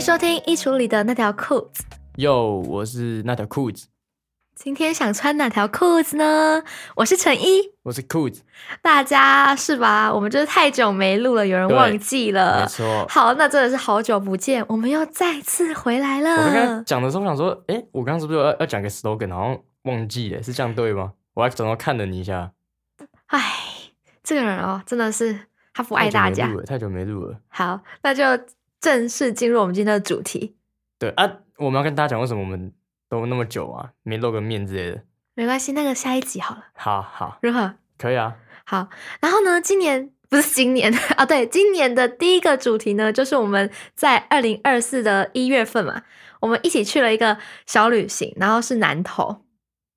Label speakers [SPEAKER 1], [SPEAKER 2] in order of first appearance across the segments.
[SPEAKER 1] 收听衣橱里的那条裤子。
[SPEAKER 2] 哟，我是那条裤子，
[SPEAKER 1] 今天想穿哪条裤子呢？我是陈一，
[SPEAKER 2] 我是裤子，
[SPEAKER 1] 大家是吧？我们就是太久没录了，有人
[SPEAKER 2] 对
[SPEAKER 1] 忘记
[SPEAKER 2] 没
[SPEAKER 1] 了。
[SPEAKER 2] 错。
[SPEAKER 1] 好，那真的是好久不见，我们又再次回来
[SPEAKER 2] 我刚刚
[SPEAKER 1] 了。
[SPEAKER 2] 讲的时候我想说，诶，我刚刚是不是要要讲个 slogan，好像忘记了，是这样对吗？我还转头看了你一下，
[SPEAKER 1] 哎，这个人哦，真的是他不爱大
[SPEAKER 2] 太久没
[SPEAKER 1] 家
[SPEAKER 2] 录。了，太久没录了。
[SPEAKER 1] 好，那就正式进入我们今天的主题。
[SPEAKER 2] 对啊，我们要跟大家讲为什么我们都那么久啊，没露个面之类的。
[SPEAKER 1] 没关系，那个下一集好了，
[SPEAKER 2] 好好，
[SPEAKER 1] 如何？
[SPEAKER 2] 可以啊，
[SPEAKER 1] 好，然后呢，今年不是今年 啊，对，今年的第一个主题呢，就是我们在二零二四的一月份嘛，我们一起去了一个小旅行，然后是南投。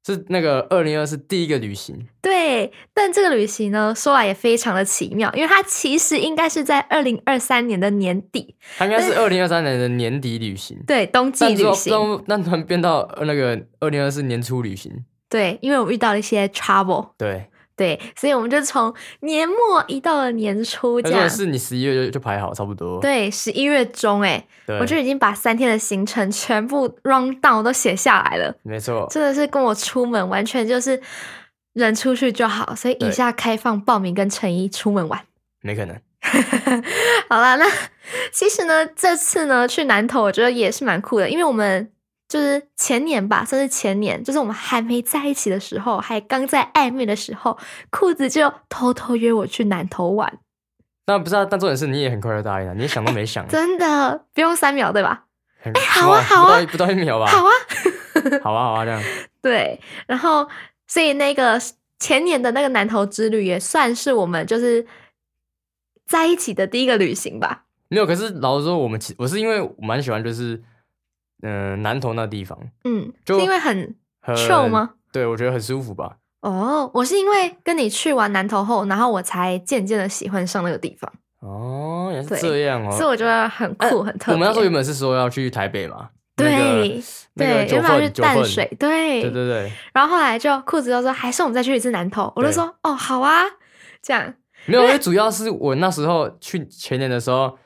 [SPEAKER 2] 是那个二零二是第一个旅行，
[SPEAKER 1] 对，但这个旅行呢，说来也非常的奇妙，因为它其实应该是在二零二三年的年底，
[SPEAKER 2] 它应该是二零二三年的年底旅行。
[SPEAKER 1] 对，冬季
[SPEAKER 2] 但之
[SPEAKER 1] 旅
[SPEAKER 2] 后
[SPEAKER 1] 行，，
[SPEAKER 2] 但突然变到呃那个二零二四年初旅行，
[SPEAKER 1] 对，因为我遇到了一些 trouble，
[SPEAKER 2] 对，
[SPEAKER 1] 对，所以我们就从年末移到了年初这
[SPEAKER 2] 那如果
[SPEAKER 1] 样。
[SPEAKER 2] 是你十一月就就排好差不多，
[SPEAKER 1] 对，十一月中、哎，
[SPEAKER 2] 对，
[SPEAKER 1] 我就已经把三天的行程全部 run down 都写下来了，
[SPEAKER 2] 没错，
[SPEAKER 1] 真的是跟我出门完全就是人出去就好，所以以
[SPEAKER 2] 对
[SPEAKER 1] 下开放报名跟陈一出门玩。
[SPEAKER 2] 没可能。
[SPEAKER 1] 好啦，那其实呢，这次呢去南投，我觉得也是蛮酷的，因为我们就是前年吧，算是前年，就是我们还没在一起的时候，还刚在暧昧的时候，裤子就偷偷约我去南投玩，
[SPEAKER 2] 但不是啊，但重点是你也很快就答应啊了，你也想都没想，
[SPEAKER 1] 真的不用三秒对吧？
[SPEAKER 2] 很
[SPEAKER 1] 好啊
[SPEAKER 2] 哇
[SPEAKER 1] 好啊
[SPEAKER 2] 不到一不到一秒吧，
[SPEAKER 1] 好啊，
[SPEAKER 2] 好啊，好啊，这样
[SPEAKER 1] 对，然后所以那个前年的那个南投之旅也算是我们就是在一起的第一个旅行吧。
[SPEAKER 2] 没有。可是老实说，我们其我是因为我蛮喜欢，就是嗯、呃南投那地方，
[SPEAKER 1] 嗯，
[SPEAKER 2] 就是
[SPEAKER 1] 因为很
[SPEAKER 2] 很
[SPEAKER 1] chill 吗？
[SPEAKER 2] 对，我觉得很舒服吧。
[SPEAKER 1] 哦，我是因为跟你去完南投后，然后我才渐渐的喜欢上那个地方，
[SPEAKER 2] 哦，原来是
[SPEAKER 1] 对
[SPEAKER 2] 这样哦。
[SPEAKER 1] 所以我觉得很酷，很特别。
[SPEAKER 2] 我们那时候原本是说要去台北嘛，
[SPEAKER 1] 对、
[SPEAKER 2] 那个、那个
[SPEAKER 1] 对，
[SPEAKER 2] 九
[SPEAKER 1] 原本要去
[SPEAKER 2] 份九份
[SPEAKER 1] 淡水，对
[SPEAKER 2] 对对对，
[SPEAKER 1] 然后后来就裤子就说，还是我们再去一次南投，我就
[SPEAKER 2] 对
[SPEAKER 1] 说哦，好啊，这样，
[SPEAKER 2] 没有，因为主要是我那时候去前年的时候，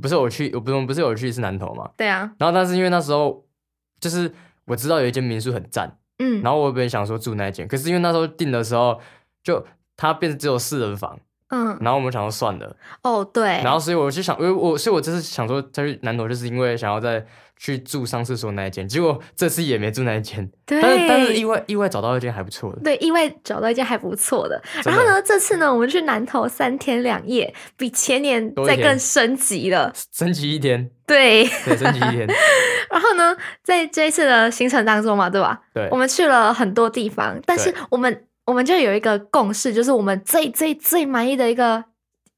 [SPEAKER 2] 不是我去，我不是不是有去一次南投嘛，
[SPEAKER 1] 对啊，
[SPEAKER 2] 然后但是因为那时候就是我知道有一间民宿很赞，
[SPEAKER 1] 嗯，
[SPEAKER 2] 然后我本来想说住那一间，可是因为那时候订的时候就它变成只有四人房，
[SPEAKER 1] 嗯，
[SPEAKER 2] 然后我们想说算了，
[SPEAKER 1] 哦，对，
[SPEAKER 2] 然后所以我就想，因为我所以我这次想说再去南投，就是因为想要再去住上次说那一间，结果这次也没住那一间，
[SPEAKER 1] 对，
[SPEAKER 2] 但是但是意外意外找到一间还不错的，
[SPEAKER 1] 对，意外找到一件还不错的。
[SPEAKER 2] 真
[SPEAKER 1] 然
[SPEAKER 2] 的
[SPEAKER 1] 后呢，这次呢，我们去南投三天两夜，比前年
[SPEAKER 2] 多一
[SPEAKER 1] 再
[SPEAKER 2] 天
[SPEAKER 1] 更升级了。
[SPEAKER 2] 升级一天，
[SPEAKER 1] 对，
[SPEAKER 2] 对，升级一天，
[SPEAKER 1] 然后呢，在这一次的行程当中嘛，对吧？
[SPEAKER 2] 对
[SPEAKER 1] 我，们去了很多地方，但是
[SPEAKER 2] 对
[SPEAKER 1] 我们我们就有一个共识，就是我们最最最满意的一个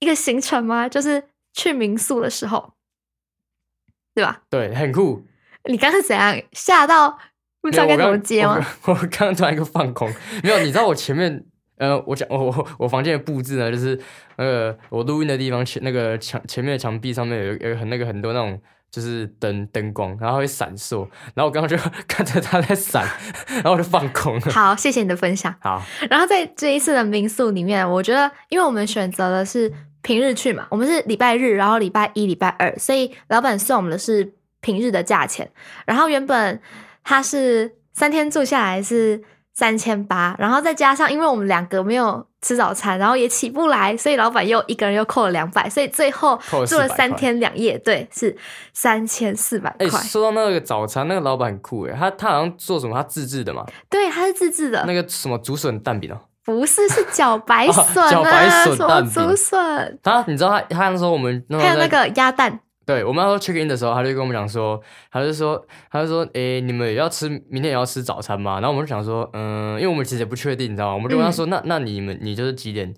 [SPEAKER 1] 一个行程嘛，就是去民宿的时候，对吧？
[SPEAKER 2] 对，很酷。
[SPEAKER 1] 你刚刚是怎样吓到不知道
[SPEAKER 2] 没
[SPEAKER 1] 该
[SPEAKER 2] 有我
[SPEAKER 1] 怎么
[SPEAKER 2] 刚
[SPEAKER 1] 接吗？
[SPEAKER 2] 我我刚 刚突然一个放空，没有，你知道我前面。呃，我讲我我我房间的布置呢，就是呃，我录音的地方前那个墙前面的墙壁上面有一有一个很那个很多那种就是灯灯光，然后会闪烁，然后我刚刚就 看着它在闪，然后我就放空了。
[SPEAKER 1] 好，谢谢你的分享。
[SPEAKER 2] 好，
[SPEAKER 1] 然后在这一次的民宿里面，我觉得，因为我们选择的是平日去嘛，我们是礼拜日，然后礼拜一、礼拜二，所以老板算我们的是平日的价钱。然后原本他是三天住下来是三千八，然后再加上因为我们两个没有吃早餐，然后也起不来，所以老板又一个人又扣了两百，所以最后
[SPEAKER 2] 扣了
[SPEAKER 1] 住了
[SPEAKER 2] 400
[SPEAKER 1] 三
[SPEAKER 2] 块
[SPEAKER 1] 天两夜，对，是三千四百
[SPEAKER 2] 哎、
[SPEAKER 1] 块。
[SPEAKER 2] 说到那个早餐，那个老板很酷哎，他他好像做什么，他自制的嘛，
[SPEAKER 1] 对，他是自制的，
[SPEAKER 2] 那个什么竹笋蛋饼哦、
[SPEAKER 1] 不是是茭白
[SPEAKER 2] 哦
[SPEAKER 1] 笋
[SPEAKER 2] 茭白
[SPEAKER 1] 啊，
[SPEAKER 2] 笋
[SPEAKER 1] 什么
[SPEAKER 2] 蛋饼
[SPEAKER 1] 竹笋。
[SPEAKER 2] 他你知道他他那时候我们嗯那时
[SPEAKER 1] 还
[SPEAKER 2] 候
[SPEAKER 1] 有那
[SPEAKER 2] 在
[SPEAKER 1] 个鸭蛋，
[SPEAKER 2] 对，我们那时候 check in 的时候，他就跟我们讲说，他就说，他就说，诶、你们也要吃，明天也要吃早餐吗？然后我们就想说，嗯，因为我们其实也不确定，你知道吗？我们就
[SPEAKER 1] 嗯
[SPEAKER 2] 问他说，那那你们你就是几点？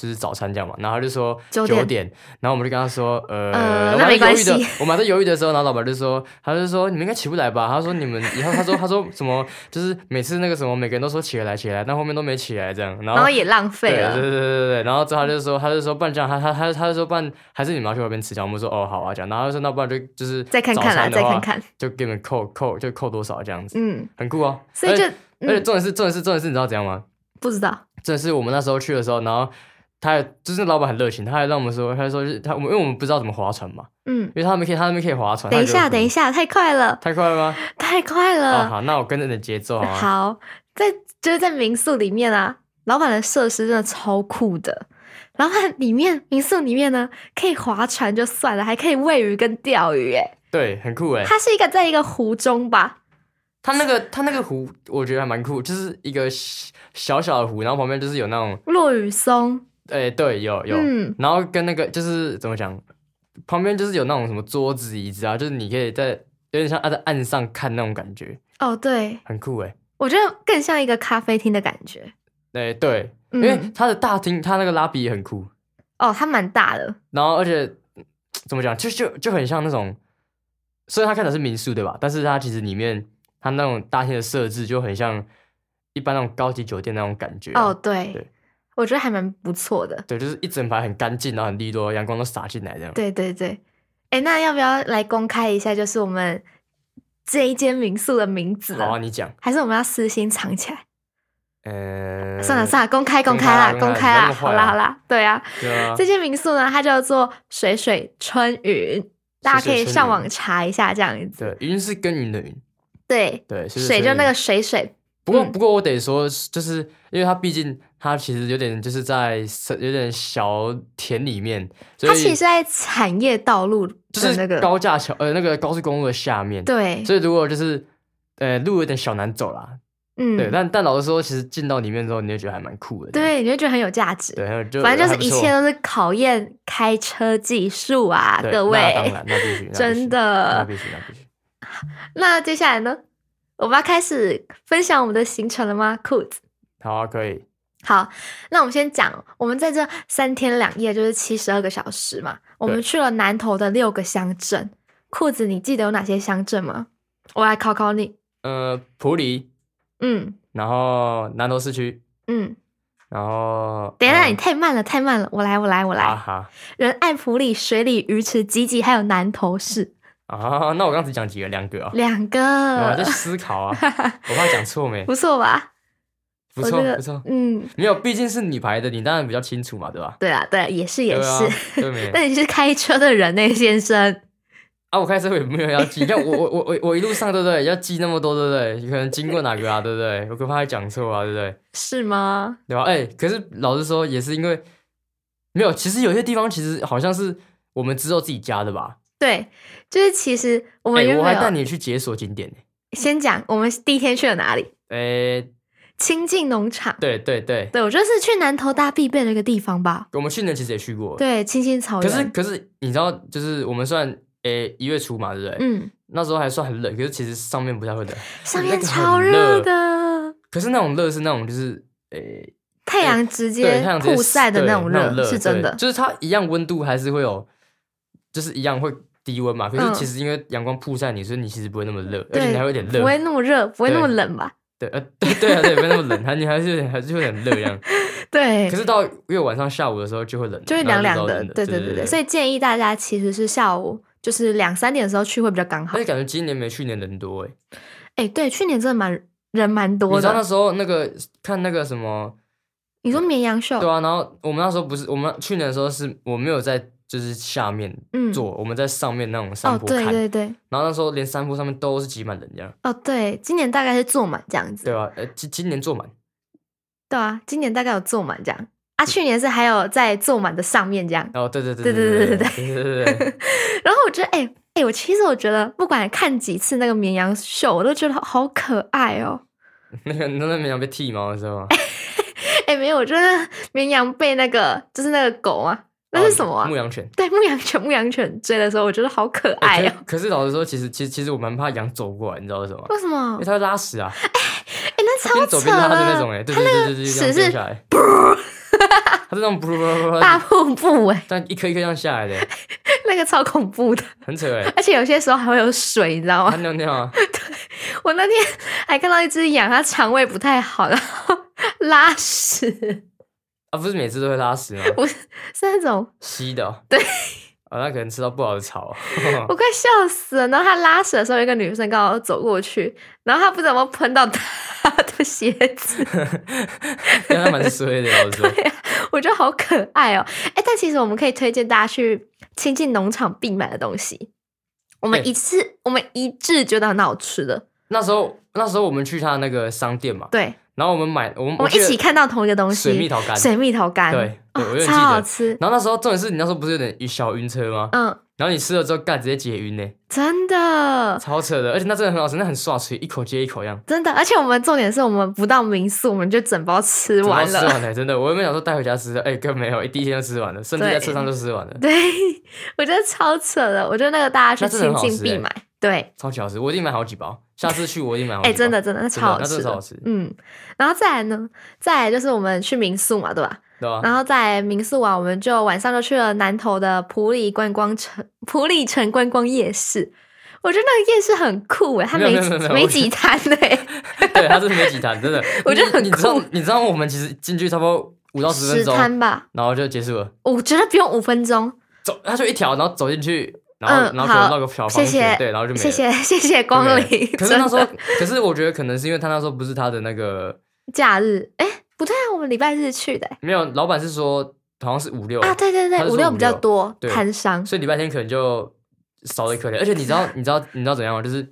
[SPEAKER 2] 就是早餐这样嘛，然后他就说
[SPEAKER 1] 九点
[SPEAKER 2] 点，然后我们就跟他说，呃，
[SPEAKER 1] 呃
[SPEAKER 2] 我们
[SPEAKER 1] 那
[SPEAKER 2] 还
[SPEAKER 1] 没
[SPEAKER 2] 在
[SPEAKER 1] 关
[SPEAKER 2] 犹豫的
[SPEAKER 1] 系，
[SPEAKER 2] 我们还在犹豫的时候，然后老板就说，他就说你们应该起不来吧？他说你们，然后他说他说什么，就是每次那个什么，每个人都说起来起来，但后面都没起来这样，然
[SPEAKER 1] 然
[SPEAKER 2] 后
[SPEAKER 1] 后也浪费
[SPEAKER 2] 对哦对
[SPEAKER 1] 了。
[SPEAKER 2] 对对对对，然后之后他就说，他就说，不然这样，他他他他就说，不然还是你们要去外边吃掉。我们说，哦，好啊，这样。然后他就说，那不然就就是
[SPEAKER 1] 再看看
[SPEAKER 2] 早
[SPEAKER 1] 啦，
[SPEAKER 2] 餐的
[SPEAKER 1] 再
[SPEAKER 2] 话
[SPEAKER 1] 看，看。
[SPEAKER 2] 就给你们扣扣就扣多少这样子，
[SPEAKER 1] 嗯，
[SPEAKER 2] 很酷哦。
[SPEAKER 1] 所以就
[SPEAKER 2] 而且而且
[SPEAKER 1] 嗯
[SPEAKER 2] 重点是重点是重点是，你知道怎样吗？
[SPEAKER 1] 不知道。
[SPEAKER 2] 重点是我们那时候去的时候，然后他还就是老板很热情，他还让我们说，他还说就是他我们因为我们不知道怎么划船嘛，
[SPEAKER 1] 嗯，
[SPEAKER 2] 因为他们可以他们可以划船。
[SPEAKER 1] 等一
[SPEAKER 2] 他
[SPEAKER 1] 下，
[SPEAKER 2] 就
[SPEAKER 1] 等一，下，太快了，
[SPEAKER 2] 太快了吗？
[SPEAKER 1] 太快
[SPEAKER 2] 哦，
[SPEAKER 1] 了。
[SPEAKER 2] 好，那我跟着你的节奏啊。
[SPEAKER 1] 好，在就是在民宿里面啊，老板的设施真的超酷的。老板里面民宿里面呢，可以划船就算了，还可以喂鱼跟钓鱼，哎，
[SPEAKER 2] 对，很酷哎。
[SPEAKER 1] 它是一个在一个湖中吧？
[SPEAKER 2] 他那个他那个湖，我觉得还蛮酷，就是一个小小小的湖，然后旁边就是有那种，
[SPEAKER 1] 落雨松，
[SPEAKER 2] 哎、对，有有，
[SPEAKER 1] 嗯，
[SPEAKER 2] 然后跟那个就是怎么讲，旁边就是有那种什么桌子椅子啊，就是你可以在有点像啊在岸上看那种感觉，
[SPEAKER 1] 哦，对，
[SPEAKER 2] 很酷哎。
[SPEAKER 1] 我觉得更像一个咖啡厅的感觉。
[SPEAKER 2] 哎、对，因为
[SPEAKER 1] 嗯，
[SPEAKER 2] 它的大厅，它那个拉比也很酷，
[SPEAKER 1] 哦，它蛮大的，
[SPEAKER 2] 然后而且怎么讲，就就就很像那种，虽然它看起来是民宿对吧，但是它其实里面它那种大厅的设置就很像一般那种高级酒店那种感觉啊、
[SPEAKER 1] 哦，对，
[SPEAKER 2] 对
[SPEAKER 1] 我觉得还蛮不错的。
[SPEAKER 2] 对，就是一整排很干净，然后很利落，阳光都洒进来这样。
[SPEAKER 1] 对对对，哎，那要不要来公开一下，就是我们这一间民宿的名字
[SPEAKER 2] 好
[SPEAKER 1] 啊？
[SPEAKER 2] 啊，你讲，
[SPEAKER 1] 还是我们要私心藏起来？
[SPEAKER 2] 呃，
[SPEAKER 1] 算了算了，公开
[SPEAKER 2] 公
[SPEAKER 1] 公
[SPEAKER 2] 开
[SPEAKER 1] 开
[SPEAKER 2] 啦
[SPEAKER 1] 啦，公
[SPEAKER 2] 公
[SPEAKER 1] 开
[SPEAKER 2] 开
[SPEAKER 1] 啦，
[SPEAKER 2] 你不要
[SPEAKER 1] 好
[SPEAKER 2] 那么坏啊
[SPEAKER 1] 啦好啦，对啊，
[SPEAKER 2] 对啊
[SPEAKER 1] 这间民宿呢，它叫做水水春云，大家可以上网查一下这样子。
[SPEAKER 2] 对，云是耕耘的云，
[SPEAKER 1] 对，
[SPEAKER 2] 对，是
[SPEAKER 1] 水就那个。水水，
[SPEAKER 2] 不过
[SPEAKER 1] 嗯
[SPEAKER 2] 不过我得说，就是因为它毕竟它其实有点就是在有点小田里面，所
[SPEAKER 1] 它
[SPEAKER 2] 以
[SPEAKER 1] 其实在产业道路
[SPEAKER 2] 就
[SPEAKER 1] 的那
[SPEAKER 2] 是
[SPEAKER 1] 个，
[SPEAKER 2] 高架桥呃那个高速公路的下面，
[SPEAKER 1] 对，
[SPEAKER 2] 所以如果就是呃路有点小难走啦，对，
[SPEAKER 1] 嗯，
[SPEAKER 2] 但但老实说，其实进到里面之后，你会觉得还蛮酷的，
[SPEAKER 1] 对，你会觉得很有价值。
[SPEAKER 2] 对，还有就
[SPEAKER 1] 反正就
[SPEAKER 2] 还
[SPEAKER 1] 是
[SPEAKER 2] 不
[SPEAKER 1] 一
[SPEAKER 2] 错
[SPEAKER 1] 切都是考验开车技术啊，
[SPEAKER 2] 对
[SPEAKER 1] 各
[SPEAKER 2] 那当
[SPEAKER 1] 位。
[SPEAKER 2] 然，那必须，那必须那
[SPEAKER 1] 真的
[SPEAKER 2] 必须，那必须。
[SPEAKER 1] 那接下来呢，我们要开始分享我们的行程了吗？裤子。
[SPEAKER 2] 好啊，可以，
[SPEAKER 1] 好，那我们先讲，我们在这三天两夜就是七十二个小时嘛，我们去了南投的六个乡镇。裤子，你记得有哪些乡镇吗？我来考考你。
[SPEAKER 2] 呃，普里，
[SPEAKER 1] 嗯
[SPEAKER 2] 然后南投市区，
[SPEAKER 1] 嗯，
[SPEAKER 2] 然后
[SPEAKER 1] 等一下，
[SPEAKER 2] 嗯
[SPEAKER 1] 你太慢了，太慢了，我来，我来，我
[SPEAKER 2] 啊
[SPEAKER 1] 来。
[SPEAKER 2] 哈
[SPEAKER 1] 仁爱普里、水里、鱼池、集集，还有南投市
[SPEAKER 2] 啊，那我刚只讲几个，两个啊，
[SPEAKER 1] 两
[SPEAKER 2] 我在
[SPEAKER 1] 个，
[SPEAKER 2] 思考啊，我怕讲错没？
[SPEAKER 1] 不错吧？
[SPEAKER 2] 不
[SPEAKER 1] 我
[SPEAKER 2] 错
[SPEAKER 1] 觉得
[SPEAKER 2] 不错，
[SPEAKER 1] 嗯，
[SPEAKER 2] 没有，毕竟是你排的，你当然比较清楚嘛，对吧？
[SPEAKER 1] 对啊，对啊，也是也
[SPEAKER 2] 对啊
[SPEAKER 1] 是。，
[SPEAKER 2] 对 没？
[SPEAKER 1] 那你是开车的人呢、先生？
[SPEAKER 2] 啊，我开车也没有要记，你看我我我我我一路上对不对，要记那么多对不对？可能经过哪个啊，对不对？我可怕讲错啊，对不对？
[SPEAKER 1] 是吗？
[SPEAKER 2] 对吧？哎、可是老实说，也是因为没有，其实有些地方其实好像是我们之后自己加的吧。
[SPEAKER 1] 对，就是其实我
[SPEAKER 2] 哎、
[SPEAKER 1] 们原
[SPEAKER 2] 我还
[SPEAKER 1] 本有、
[SPEAKER 2] 带你去解锁景点呢、
[SPEAKER 1] 先讲我们第一天去了哪里？
[SPEAKER 2] 哎、
[SPEAKER 1] 清境农场。
[SPEAKER 2] 对对对，
[SPEAKER 1] 对，我觉得是去南投大必备的一个地方吧。
[SPEAKER 2] 我们去年其实也去过。，
[SPEAKER 1] 对，清新草
[SPEAKER 2] 可是
[SPEAKER 1] 原。
[SPEAKER 2] 可是你知道，就是我们算哎一、月初嘛，对不对？
[SPEAKER 1] 嗯，
[SPEAKER 2] 那时候还算很冷，可是其实上面不太会冷。
[SPEAKER 1] 上
[SPEAKER 2] 那
[SPEAKER 1] 面
[SPEAKER 2] 个
[SPEAKER 1] 超
[SPEAKER 2] 很
[SPEAKER 1] 热
[SPEAKER 2] 热
[SPEAKER 1] 的，
[SPEAKER 2] 可是那种热是那种就是诶、
[SPEAKER 1] 太阳直
[SPEAKER 2] 对，
[SPEAKER 1] 接
[SPEAKER 2] 太阳直接
[SPEAKER 1] 曝晒的
[SPEAKER 2] 对
[SPEAKER 1] 那
[SPEAKER 2] 那
[SPEAKER 1] 种热，是真
[SPEAKER 2] 对
[SPEAKER 1] 的。
[SPEAKER 2] 就是它一样温度还是会有，就是一样会低温嘛。可
[SPEAKER 1] 嗯
[SPEAKER 2] 是其实因为阳光曝晒你，所以你其实不会那么热，而
[SPEAKER 1] 对
[SPEAKER 2] 且你还会有点热
[SPEAKER 1] 不。会那么热，不会那么
[SPEAKER 2] 对
[SPEAKER 1] 冷吧？
[SPEAKER 2] 对，呃，对对啊，对，不会那么冷，还你还是有点还是会很热一样。
[SPEAKER 1] 对
[SPEAKER 2] 可，是到越晚上下午的时候就会冷了，
[SPEAKER 1] 就会
[SPEAKER 2] 然
[SPEAKER 1] 凉
[SPEAKER 2] 后知道
[SPEAKER 1] 凉的
[SPEAKER 2] 冷。了
[SPEAKER 1] 对
[SPEAKER 2] 对
[SPEAKER 1] 对对对，
[SPEAKER 2] 对。
[SPEAKER 1] 所以建议大家其实是下午就是两三点的时候去会比较刚好
[SPEAKER 2] 而且。感觉今年没去年人多哎、
[SPEAKER 1] 哎，对，去年真的蛮人蛮
[SPEAKER 2] 你
[SPEAKER 1] 多
[SPEAKER 2] 知道那
[SPEAKER 1] 的。
[SPEAKER 2] 时候那个看那个什么，
[SPEAKER 1] 你说绵羊秀
[SPEAKER 2] 对？啊，然后我们那时候不是我们去年的时候是我没有在就是下面
[SPEAKER 1] 嗯，
[SPEAKER 2] 坐，我们在上面那种山
[SPEAKER 1] 哦，
[SPEAKER 2] 坡
[SPEAKER 1] 对
[SPEAKER 2] 看，
[SPEAKER 1] 对对，
[SPEAKER 2] 然后那时候连山坡上面都是挤满人这样。
[SPEAKER 1] 哦对，今年大概是坐满这样子。
[SPEAKER 2] 对啊？呃，今今年做满，
[SPEAKER 1] 对啊，今年大概有坐满这样啊，
[SPEAKER 2] 嗯
[SPEAKER 1] 去年是还有在坐满的上面这样。
[SPEAKER 2] 哦，对对对
[SPEAKER 1] 对
[SPEAKER 2] 对
[SPEAKER 1] 对对
[SPEAKER 2] 对对对对，
[SPEAKER 1] 然后我觉得，哎、哎、我其实我觉得，不管看几次那个绵羊秀，我都觉得好可爱哦。
[SPEAKER 2] 那个你那绵羊被剃毛的时候啊，
[SPEAKER 1] 哎、没有，我觉得绵羊被那个就是那个狗啊，
[SPEAKER 2] 哦
[SPEAKER 1] 那是什么啊？
[SPEAKER 2] 牧羊犬。
[SPEAKER 1] 对，牧羊犬，牧羊犬追的时候，我觉得好可爱
[SPEAKER 2] 哎
[SPEAKER 1] 哦。，
[SPEAKER 2] 可是老实说，其实其实其实我蛮怕羊走过来，你知道为什么吗？
[SPEAKER 1] 为什么
[SPEAKER 2] 因为？它会拉屎啊，
[SPEAKER 1] 哦哎、那
[SPEAKER 2] 它边
[SPEAKER 1] 超
[SPEAKER 2] 走
[SPEAKER 1] 扯
[SPEAKER 2] 边拉的那种，
[SPEAKER 1] 的，
[SPEAKER 2] 哎，对对对对对，
[SPEAKER 1] 屎
[SPEAKER 2] 这样
[SPEAKER 1] 是
[SPEAKER 2] 掉下来，它是那种噗噗噗噗
[SPEAKER 1] 大
[SPEAKER 2] 噗，
[SPEAKER 1] 瀑布哎、
[SPEAKER 2] 但一颗一颗这样下来的， 欸
[SPEAKER 1] 那个超恐怖的，
[SPEAKER 2] 很扯哎，
[SPEAKER 1] 而且有些时候还会有水，你知道吗
[SPEAKER 2] 它？尿尿啊，
[SPEAKER 1] 我那天还看到一只羊，它肠胃不太好，然后拉屎，
[SPEAKER 2] 啊，不是每次都会拉屎吗？
[SPEAKER 1] 不是是那种
[SPEAKER 2] 稀的哦，
[SPEAKER 1] 对
[SPEAKER 2] 啊，那可能吃到不好的草哦，
[SPEAKER 1] 我快笑死了。然后它拉屎的时候，有一个女生刚好走过去，然后她不知道有没有喷到它，他的鞋子，
[SPEAKER 2] 但他蛮衰的，老实说。
[SPEAKER 1] 我觉得好可爱哦。哎，但其实我们可以推荐大家去亲近农场必买的东西。我们
[SPEAKER 2] 对
[SPEAKER 1] 一次，我们一致觉得很好吃的，
[SPEAKER 2] 那时候那时候我们去他那个商店嘛，
[SPEAKER 1] 对，
[SPEAKER 2] 然后我们买我们
[SPEAKER 1] 我们
[SPEAKER 2] 记
[SPEAKER 1] 一
[SPEAKER 2] 得
[SPEAKER 1] 起看到同一个东西，
[SPEAKER 2] 水蜜桃干，
[SPEAKER 1] 水蜜桃干，
[SPEAKER 2] 对对我有
[SPEAKER 1] 哦，
[SPEAKER 2] 点
[SPEAKER 1] 超
[SPEAKER 2] 记得
[SPEAKER 1] 好吃，
[SPEAKER 2] 然后那时候重点是你那时候不是有点小晕车吗？
[SPEAKER 1] 嗯，
[SPEAKER 2] 然后你吃了之后，干直接解晕呢，
[SPEAKER 1] 真的。
[SPEAKER 2] 超扯的，而且那真的很好吃，那很刷嘴，一口接一口一样。
[SPEAKER 1] 真的，而且我们重点是我们不到民宿，我们就整包吃
[SPEAKER 2] 整包
[SPEAKER 1] 完
[SPEAKER 2] 吃
[SPEAKER 1] 了。
[SPEAKER 2] 完了，真的，我原本想说带回家吃的，哎、根本没有，第一天就吃完了，甚至
[SPEAKER 1] 对
[SPEAKER 2] 在车上就吃完了，
[SPEAKER 1] 对，我觉得超扯的，我觉得那个大家
[SPEAKER 2] 那真
[SPEAKER 1] 去
[SPEAKER 2] 的
[SPEAKER 1] 亲
[SPEAKER 2] 很好
[SPEAKER 1] 近
[SPEAKER 2] 吃
[SPEAKER 1] 必
[SPEAKER 2] 欸
[SPEAKER 1] 买。对，
[SPEAKER 2] 超级好吃，我已经买好几包，下次去我已经买好几
[SPEAKER 1] 哎、
[SPEAKER 2] 包。
[SPEAKER 1] 真的真的，那
[SPEAKER 2] 真
[SPEAKER 1] 超好
[SPEAKER 2] 那真
[SPEAKER 1] 吃
[SPEAKER 2] 的超好
[SPEAKER 1] 的。
[SPEAKER 2] 吃，
[SPEAKER 1] 嗯，然后再来呢，再来就是我们去民宿嘛，对吧？
[SPEAKER 2] 对吧？
[SPEAKER 1] 然后在民宿啊，我们就晚上就去了南投的普里观光城， 普里城观光夜市。我觉得那个夜市很酷诶，它
[SPEAKER 2] 没有
[SPEAKER 1] 没
[SPEAKER 2] 没有
[SPEAKER 1] 几
[SPEAKER 2] 没有我觉
[SPEAKER 1] 没
[SPEAKER 2] 得
[SPEAKER 1] 几摊欸诶，
[SPEAKER 2] 对，它是没几坛，真的
[SPEAKER 1] 。我觉得很
[SPEAKER 2] 你你知道
[SPEAKER 1] 酷，
[SPEAKER 2] 你知道我们其实进去差不多五 到十分
[SPEAKER 1] 十
[SPEAKER 2] 钟，
[SPEAKER 1] 摊吧，
[SPEAKER 2] 然后就结束了，
[SPEAKER 1] 我觉得不用五分钟。
[SPEAKER 2] 走，它就一条，然后走进去，然后、
[SPEAKER 1] 嗯
[SPEAKER 2] 然后可
[SPEAKER 1] 好
[SPEAKER 2] 能绕个小方
[SPEAKER 1] 谢谢
[SPEAKER 2] 对，然后就没了。
[SPEAKER 1] 谢谢 谢谢光临。
[SPEAKER 2] 可是
[SPEAKER 1] 真
[SPEAKER 2] 那时候
[SPEAKER 1] 的，
[SPEAKER 2] 可是我觉得可能是因为他那时候不是他的那个，
[SPEAKER 1] 假日，哎、不对啊，我们礼拜日去的诶、
[SPEAKER 2] 没有，老板是说好像是五六
[SPEAKER 1] 啊，对对
[SPEAKER 2] 他
[SPEAKER 1] 对，
[SPEAKER 2] 是
[SPEAKER 1] 五
[SPEAKER 2] 说
[SPEAKER 1] 六
[SPEAKER 2] 五
[SPEAKER 1] 比较
[SPEAKER 2] 六
[SPEAKER 1] 多
[SPEAKER 2] 对
[SPEAKER 1] 摊商，
[SPEAKER 2] 所以礼拜天可能就少的可怜。而且你知道，你知道，你知道怎样吗？就是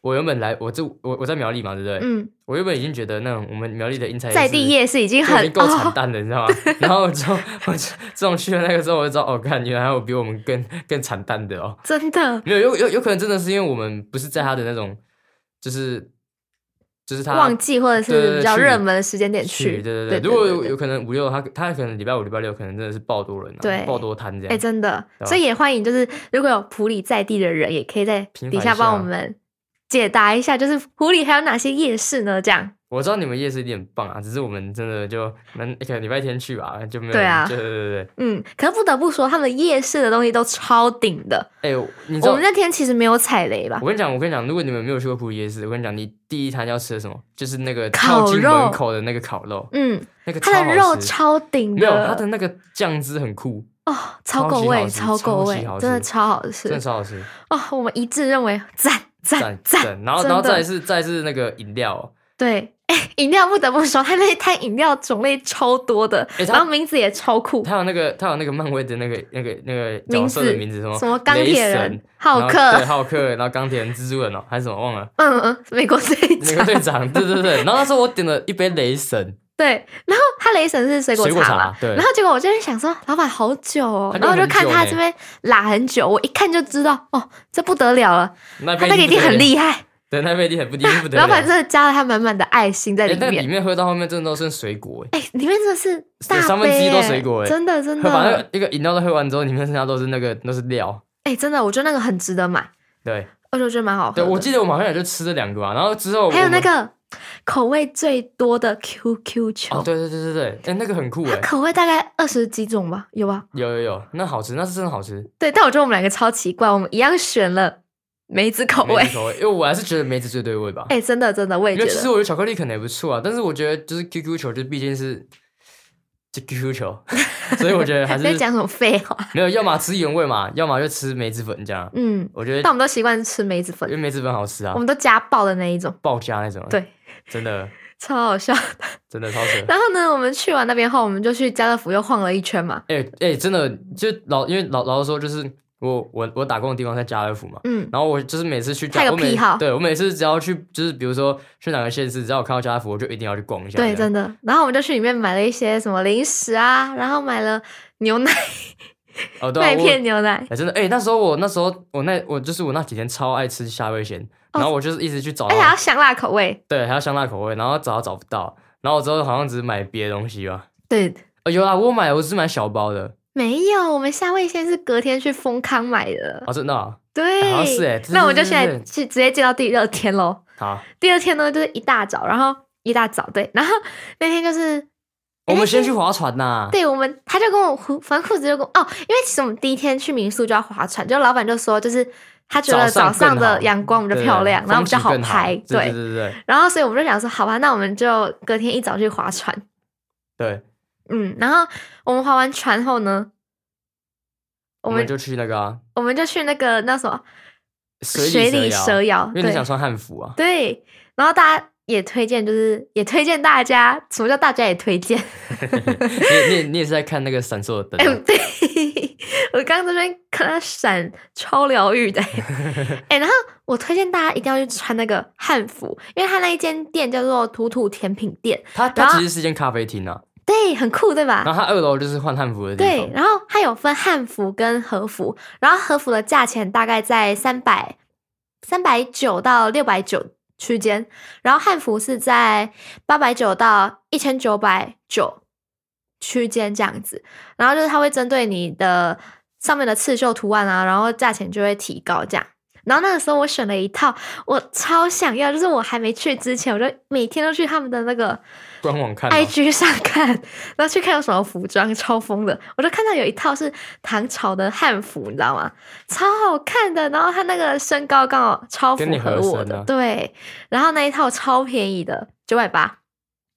[SPEAKER 2] 我原本来，我这我我在苗栗嘛，对不对？
[SPEAKER 1] 嗯，
[SPEAKER 2] 我原本已经觉得那种我们苗栗的英才
[SPEAKER 1] 在地夜市已经
[SPEAKER 2] 就已
[SPEAKER 1] 很
[SPEAKER 2] 经够
[SPEAKER 1] 哦
[SPEAKER 2] 惨淡了，你知 道吗？然后之后我就 自从去了那个之后，我就知道，哦，看原来还有比我们更更惨淡的哦。
[SPEAKER 1] 真的
[SPEAKER 2] 没有，有有有可能真的是因为我们不是在他的那种，就是就是他
[SPEAKER 1] 旺季或者
[SPEAKER 2] 对对
[SPEAKER 1] 是
[SPEAKER 2] 对
[SPEAKER 1] 比较
[SPEAKER 2] 去
[SPEAKER 1] 热门的时间点
[SPEAKER 2] 去，对
[SPEAKER 1] 对
[SPEAKER 2] 对对。如果有有可能五六，他他可能礼拜五、礼拜六可能真的是爆多人、啊，
[SPEAKER 1] 对
[SPEAKER 2] 爆多摊这
[SPEAKER 1] 哎、
[SPEAKER 2] 样。
[SPEAKER 1] 真的，
[SPEAKER 2] 对啊
[SPEAKER 1] 所以也欢迎，就是如果有普里在地的人，也可以在
[SPEAKER 2] 平
[SPEAKER 1] 底
[SPEAKER 2] 反
[SPEAKER 1] 下
[SPEAKER 2] 一
[SPEAKER 1] 帮
[SPEAKER 2] 下
[SPEAKER 1] 我们解答一下，就是普里还有哪些夜市呢？这样
[SPEAKER 2] 我知道你们夜市一定很棒啊，只是我们真的就那哎可能礼拜天去吧，就没有。
[SPEAKER 1] 对啊
[SPEAKER 2] 对对对对。
[SPEAKER 1] 嗯，可是不得不说，他们夜市的东西都超顶的。
[SPEAKER 2] 哎、你知
[SPEAKER 1] 我
[SPEAKER 2] 道
[SPEAKER 1] 们？那天其实没有踩雷吧
[SPEAKER 2] 我？跟你讲，我跟你讲，如果你们没有去过普里夜市，我跟你讲，你第一摊要吃的什么？就是那个
[SPEAKER 1] 烤
[SPEAKER 2] 靠近
[SPEAKER 1] 肉
[SPEAKER 2] 门口的那个烤肉，
[SPEAKER 1] 嗯，
[SPEAKER 2] 那个超
[SPEAKER 1] 它的肉
[SPEAKER 2] 好吃。
[SPEAKER 1] 超顶
[SPEAKER 2] 没有，它的
[SPEAKER 1] 的，
[SPEAKER 2] 那个酱汁很酷，
[SPEAKER 1] 哦，超
[SPEAKER 2] 超
[SPEAKER 1] 够
[SPEAKER 2] 级
[SPEAKER 1] 味，
[SPEAKER 2] 好吃
[SPEAKER 1] 超够
[SPEAKER 2] 超级
[SPEAKER 1] 味
[SPEAKER 2] 好，吃
[SPEAKER 1] 真的超好
[SPEAKER 2] 真
[SPEAKER 1] 吃
[SPEAKER 2] 的超好吃，
[SPEAKER 1] 哦！我们一致认为赞赞
[SPEAKER 2] 赞
[SPEAKER 1] 赞，
[SPEAKER 2] 赞。然后，
[SPEAKER 1] 真
[SPEAKER 2] 然后
[SPEAKER 1] 的
[SPEAKER 2] 再来是再来是那个饮料、哦，
[SPEAKER 1] 对，哎、饮料不得不说，它那摊饮料种类超多的，
[SPEAKER 2] 哎它
[SPEAKER 1] 然后名字也超酷，
[SPEAKER 2] 他有那个，他有那个漫威的那个、那个、那个角色的名字，什么
[SPEAKER 1] 什么钢铁人
[SPEAKER 2] 雷神、
[SPEAKER 1] 浩
[SPEAKER 2] 然后对，
[SPEAKER 1] 克，？
[SPEAKER 2] 浩克，然后钢铁人、蜘蛛人哦，还是什么忘了
[SPEAKER 1] 嗯嗯，美国队
[SPEAKER 2] 那个
[SPEAKER 1] 长，
[SPEAKER 2] 队长，对对对。然后那时候我点了一杯雷神，
[SPEAKER 1] 对，然后他雷神是水果
[SPEAKER 2] 水果
[SPEAKER 1] 茶嘛
[SPEAKER 2] 茶，对
[SPEAKER 1] 然后结果我这边想说，老板好久哦，
[SPEAKER 2] 他
[SPEAKER 1] 然
[SPEAKER 2] 用
[SPEAKER 1] 后我就
[SPEAKER 2] 很
[SPEAKER 1] 看
[SPEAKER 2] 久
[SPEAKER 1] 他
[SPEAKER 2] 呢
[SPEAKER 1] 这边拉很久，我一看就知道，哦，这不得了了，
[SPEAKER 2] 那
[SPEAKER 1] 他
[SPEAKER 2] 杯
[SPEAKER 1] 那个一定很
[SPEAKER 2] 害，
[SPEAKER 1] 厉害，
[SPEAKER 2] 对，那杯一定很不一定不得了。
[SPEAKER 1] 老板真的加了他满满的爱心在
[SPEAKER 2] 哎
[SPEAKER 1] 里
[SPEAKER 2] 那里
[SPEAKER 1] 面，
[SPEAKER 2] 面喝到后面真的都剩水果，哎，
[SPEAKER 1] 哎、里面真的是大杯、
[SPEAKER 2] 三分之一都水果哎
[SPEAKER 1] 真的真
[SPEAKER 2] 喝把那
[SPEAKER 1] 的，
[SPEAKER 2] 个一个饮料都喝完之后，里面剩下都是那个都是料。
[SPEAKER 1] 哎、真的，我觉得那个很值得买，
[SPEAKER 2] 对
[SPEAKER 1] 而且我觉得蛮好喝
[SPEAKER 2] 对，
[SPEAKER 1] 的。
[SPEAKER 2] 我记得我们好像也就吃了两个吧，然后之后我
[SPEAKER 1] 还有
[SPEAKER 2] 们
[SPEAKER 1] 那个口味最多的 QQ 球，
[SPEAKER 2] 哦，对对对对对，哎，那个很酷
[SPEAKER 1] 它
[SPEAKER 2] 哎，
[SPEAKER 1] 口味大概二十几种吧，有吧？
[SPEAKER 2] 有有有，那好吃，那是真的好吃，
[SPEAKER 1] 对，但我觉得我们两个超奇怪，我们一样选了梅子口味
[SPEAKER 2] 梅。子口味，因为我还是觉得梅子最对味吧。
[SPEAKER 1] 哎、真的真的，我也
[SPEAKER 2] 因
[SPEAKER 1] 觉
[SPEAKER 2] 为其实
[SPEAKER 1] 得。
[SPEAKER 2] 我觉得巧克力可能也不错啊，但是我觉得就是 QQ 球，就毕竟是就 QQ 球，所以我觉得还是
[SPEAKER 1] 在讲什么废话？
[SPEAKER 2] 没有，要么吃原味嘛，要么就吃梅子粉这样。
[SPEAKER 1] 嗯，
[SPEAKER 2] 我觉
[SPEAKER 1] 但我
[SPEAKER 2] 得
[SPEAKER 1] 们都习惯吃梅子
[SPEAKER 2] 因
[SPEAKER 1] 粉
[SPEAKER 2] 为，梅子粉好吃啊
[SPEAKER 1] 我，们都加爆的那一种，
[SPEAKER 2] 爆浆那种，
[SPEAKER 1] 对，
[SPEAKER 2] 真的
[SPEAKER 1] 超好笑。
[SPEAKER 2] 真的超扯。
[SPEAKER 1] 然后呢，我们去完那边后，我们就去家乐福又晃了一圈嘛。
[SPEAKER 2] 哎哎、真的就老因为老老实说，就是我我我打工的地方在家乐福嘛。
[SPEAKER 1] 嗯，
[SPEAKER 2] 然后我就是每次去
[SPEAKER 1] 他
[SPEAKER 2] 家，
[SPEAKER 1] 有
[SPEAKER 2] 我每
[SPEAKER 1] 癖好
[SPEAKER 2] 对我每次只要去，就是比如说去哪个县市，只要我看到家乐福，我就一定要去逛一下这
[SPEAKER 1] 对，
[SPEAKER 2] 样。
[SPEAKER 1] 真的。然后我们就去里面买了一些什么零食啊，然后买了牛奶，
[SPEAKER 2] 哦， 对啊、
[SPEAKER 1] 麦
[SPEAKER 2] 我
[SPEAKER 1] 片牛奶
[SPEAKER 2] 哎、。真的，哎、那时候我那时候我那我就是我那几天超爱吃虾味鲜，
[SPEAKER 1] 哦
[SPEAKER 2] 然后我就是一直去找
[SPEAKER 1] 而且还
[SPEAKER 2] 到，
[SPEAKER 1] 要香辣口味。
[SPEAKER 2] 对，还要香辣口味，然后找都找不到，然后我之后好像只是买别的东西吧。
[SPEAKER 1] 对，
[SPEAKER 2] 哦，有啊，我有买，我是买小包的，
[SPEAKER 1] 没有，我们夏味先是隔天去丰康买的。
[SPEAKER 2] 哦，真的啊、
[SPEAKER 1] 对，
[SPEAKER 2] 好像是欸
[SPEAKER 1] 那我们就
[SPEAKER 2] 对对对
[SPEAKER 1] 现在
[SPEAKER 2] 对对
[SPEAKER 1] 去直接进到第二天喽。
[SPEAKER 2] 好，
[SPEAKER 1] 第二天呢，就是一大早，然后一大早对，然后那天就是。
[SPEAKER 2] 我们先去
[SPEAKER 1] 哎
[SPEAKER 2] 划船呐、
[SPEAKER 1] 对我们，他就跟我胡，反正裤子就跟我哦，因为其实我们第一天去民宿就要划船，就老板就说，就是他觉得
[SPEAKER 2] 早上
[SPEAKER 1] 早
[SPEAKER 2] 更
[SPEAKER 1] 上的
[SPEAKER 2] 好
[SPEAKER 1] 阳光比
[SPEAKER 2] 对，
[SPEAKER 1] 较漂亮，然后
[SPEAKER 2] 风
[SPEAKER 1] 比较
[SPEAKER 2] 景更好
[SPEAKER 1] 拍，
[SPEAKER 2] 对对对对
[SPEAKER 1] 然后所以我们就想说，好吧，那我们就隔天一早去划船，
[SPEAKER 2] 对，
[SPEAKER 1] 嗯，然后我们划完船后呢，
[SPEAKER 2] 我
[SPEAKER 1] 我们
[SPEAKER 2] 们就去那个、啊、
[SPEAKER 1] 我们就去那个那什么
[SPEAKER 2] 水
[SPEAKER 1] 水里
[SPEAKER 2] 里
[SPEAKER 1] 蛇
[SPEAKER 2] 蛇
[SPEAKER 1] 窑，
[SPEAKER 2] 因为你想
[SPEAKER 1] 对
[SPEAKER 2] 穿汉服啊，
[SPEAKER 1] 对，然后大家也推荐，就是也推荐大家，什么叫大家也推荐？
[SPEAKER 2] 你也你也你也是在看那个闪烁的
[SPEAKER 1] 哎、
[SPEAKER 2] 灯啊，
[SPEAKER 1] 对，我刚刚这边看它闪，超疗愈的。哎、然后我推荐大家一定要去穿那个汉服，因为它那一间店叫做土土甜品店，
[SPEAKER 2] 它
[SPEAKER 1] 然
[SPEAKER 2] 它
[SPEAKER 1] 后
[SPEAKER 2] 其实是间咖啡厅啊，
[SPEAKER 1] 对，很酷，对吧？
[SPEAKER 2] 然后它二楼就是换汉服的地
[SPEAKER 1] 对
[SPEAKER 2] 方，，
[SPEAKER 1] 然后它有分汉服跟和服，然后和服的价钱大概在三百三百九到六百九区间，然后汉服是在八百九到一千九百九区间这样子，然后就是它会针对你的上面的刺绣图案啊，然后价钱就会提高这样。然后那个时候我选了一套，我超想要，就是我还没去之前，我就每天都去他们的那个
[SPEAKER 2] 官网看啊
[SPEAKER 1] IG 上看， 然后去看有什么服装超疯的，我就看到有一套是唐朝的汉服，你知道吗？超好看的，然后它那个身高刚好超符
[SPEAKER 2] 跟你
[SPEAKER 1] 合
[SPEAKER 2] 合
[SPEAKER 1] 我
[SPEAKER 2] 身
[SPEAKER 1] 的，
[SPEAKER 2] 啊
[SPEAKER 1] 对。然后那一套超便宜的，九百八，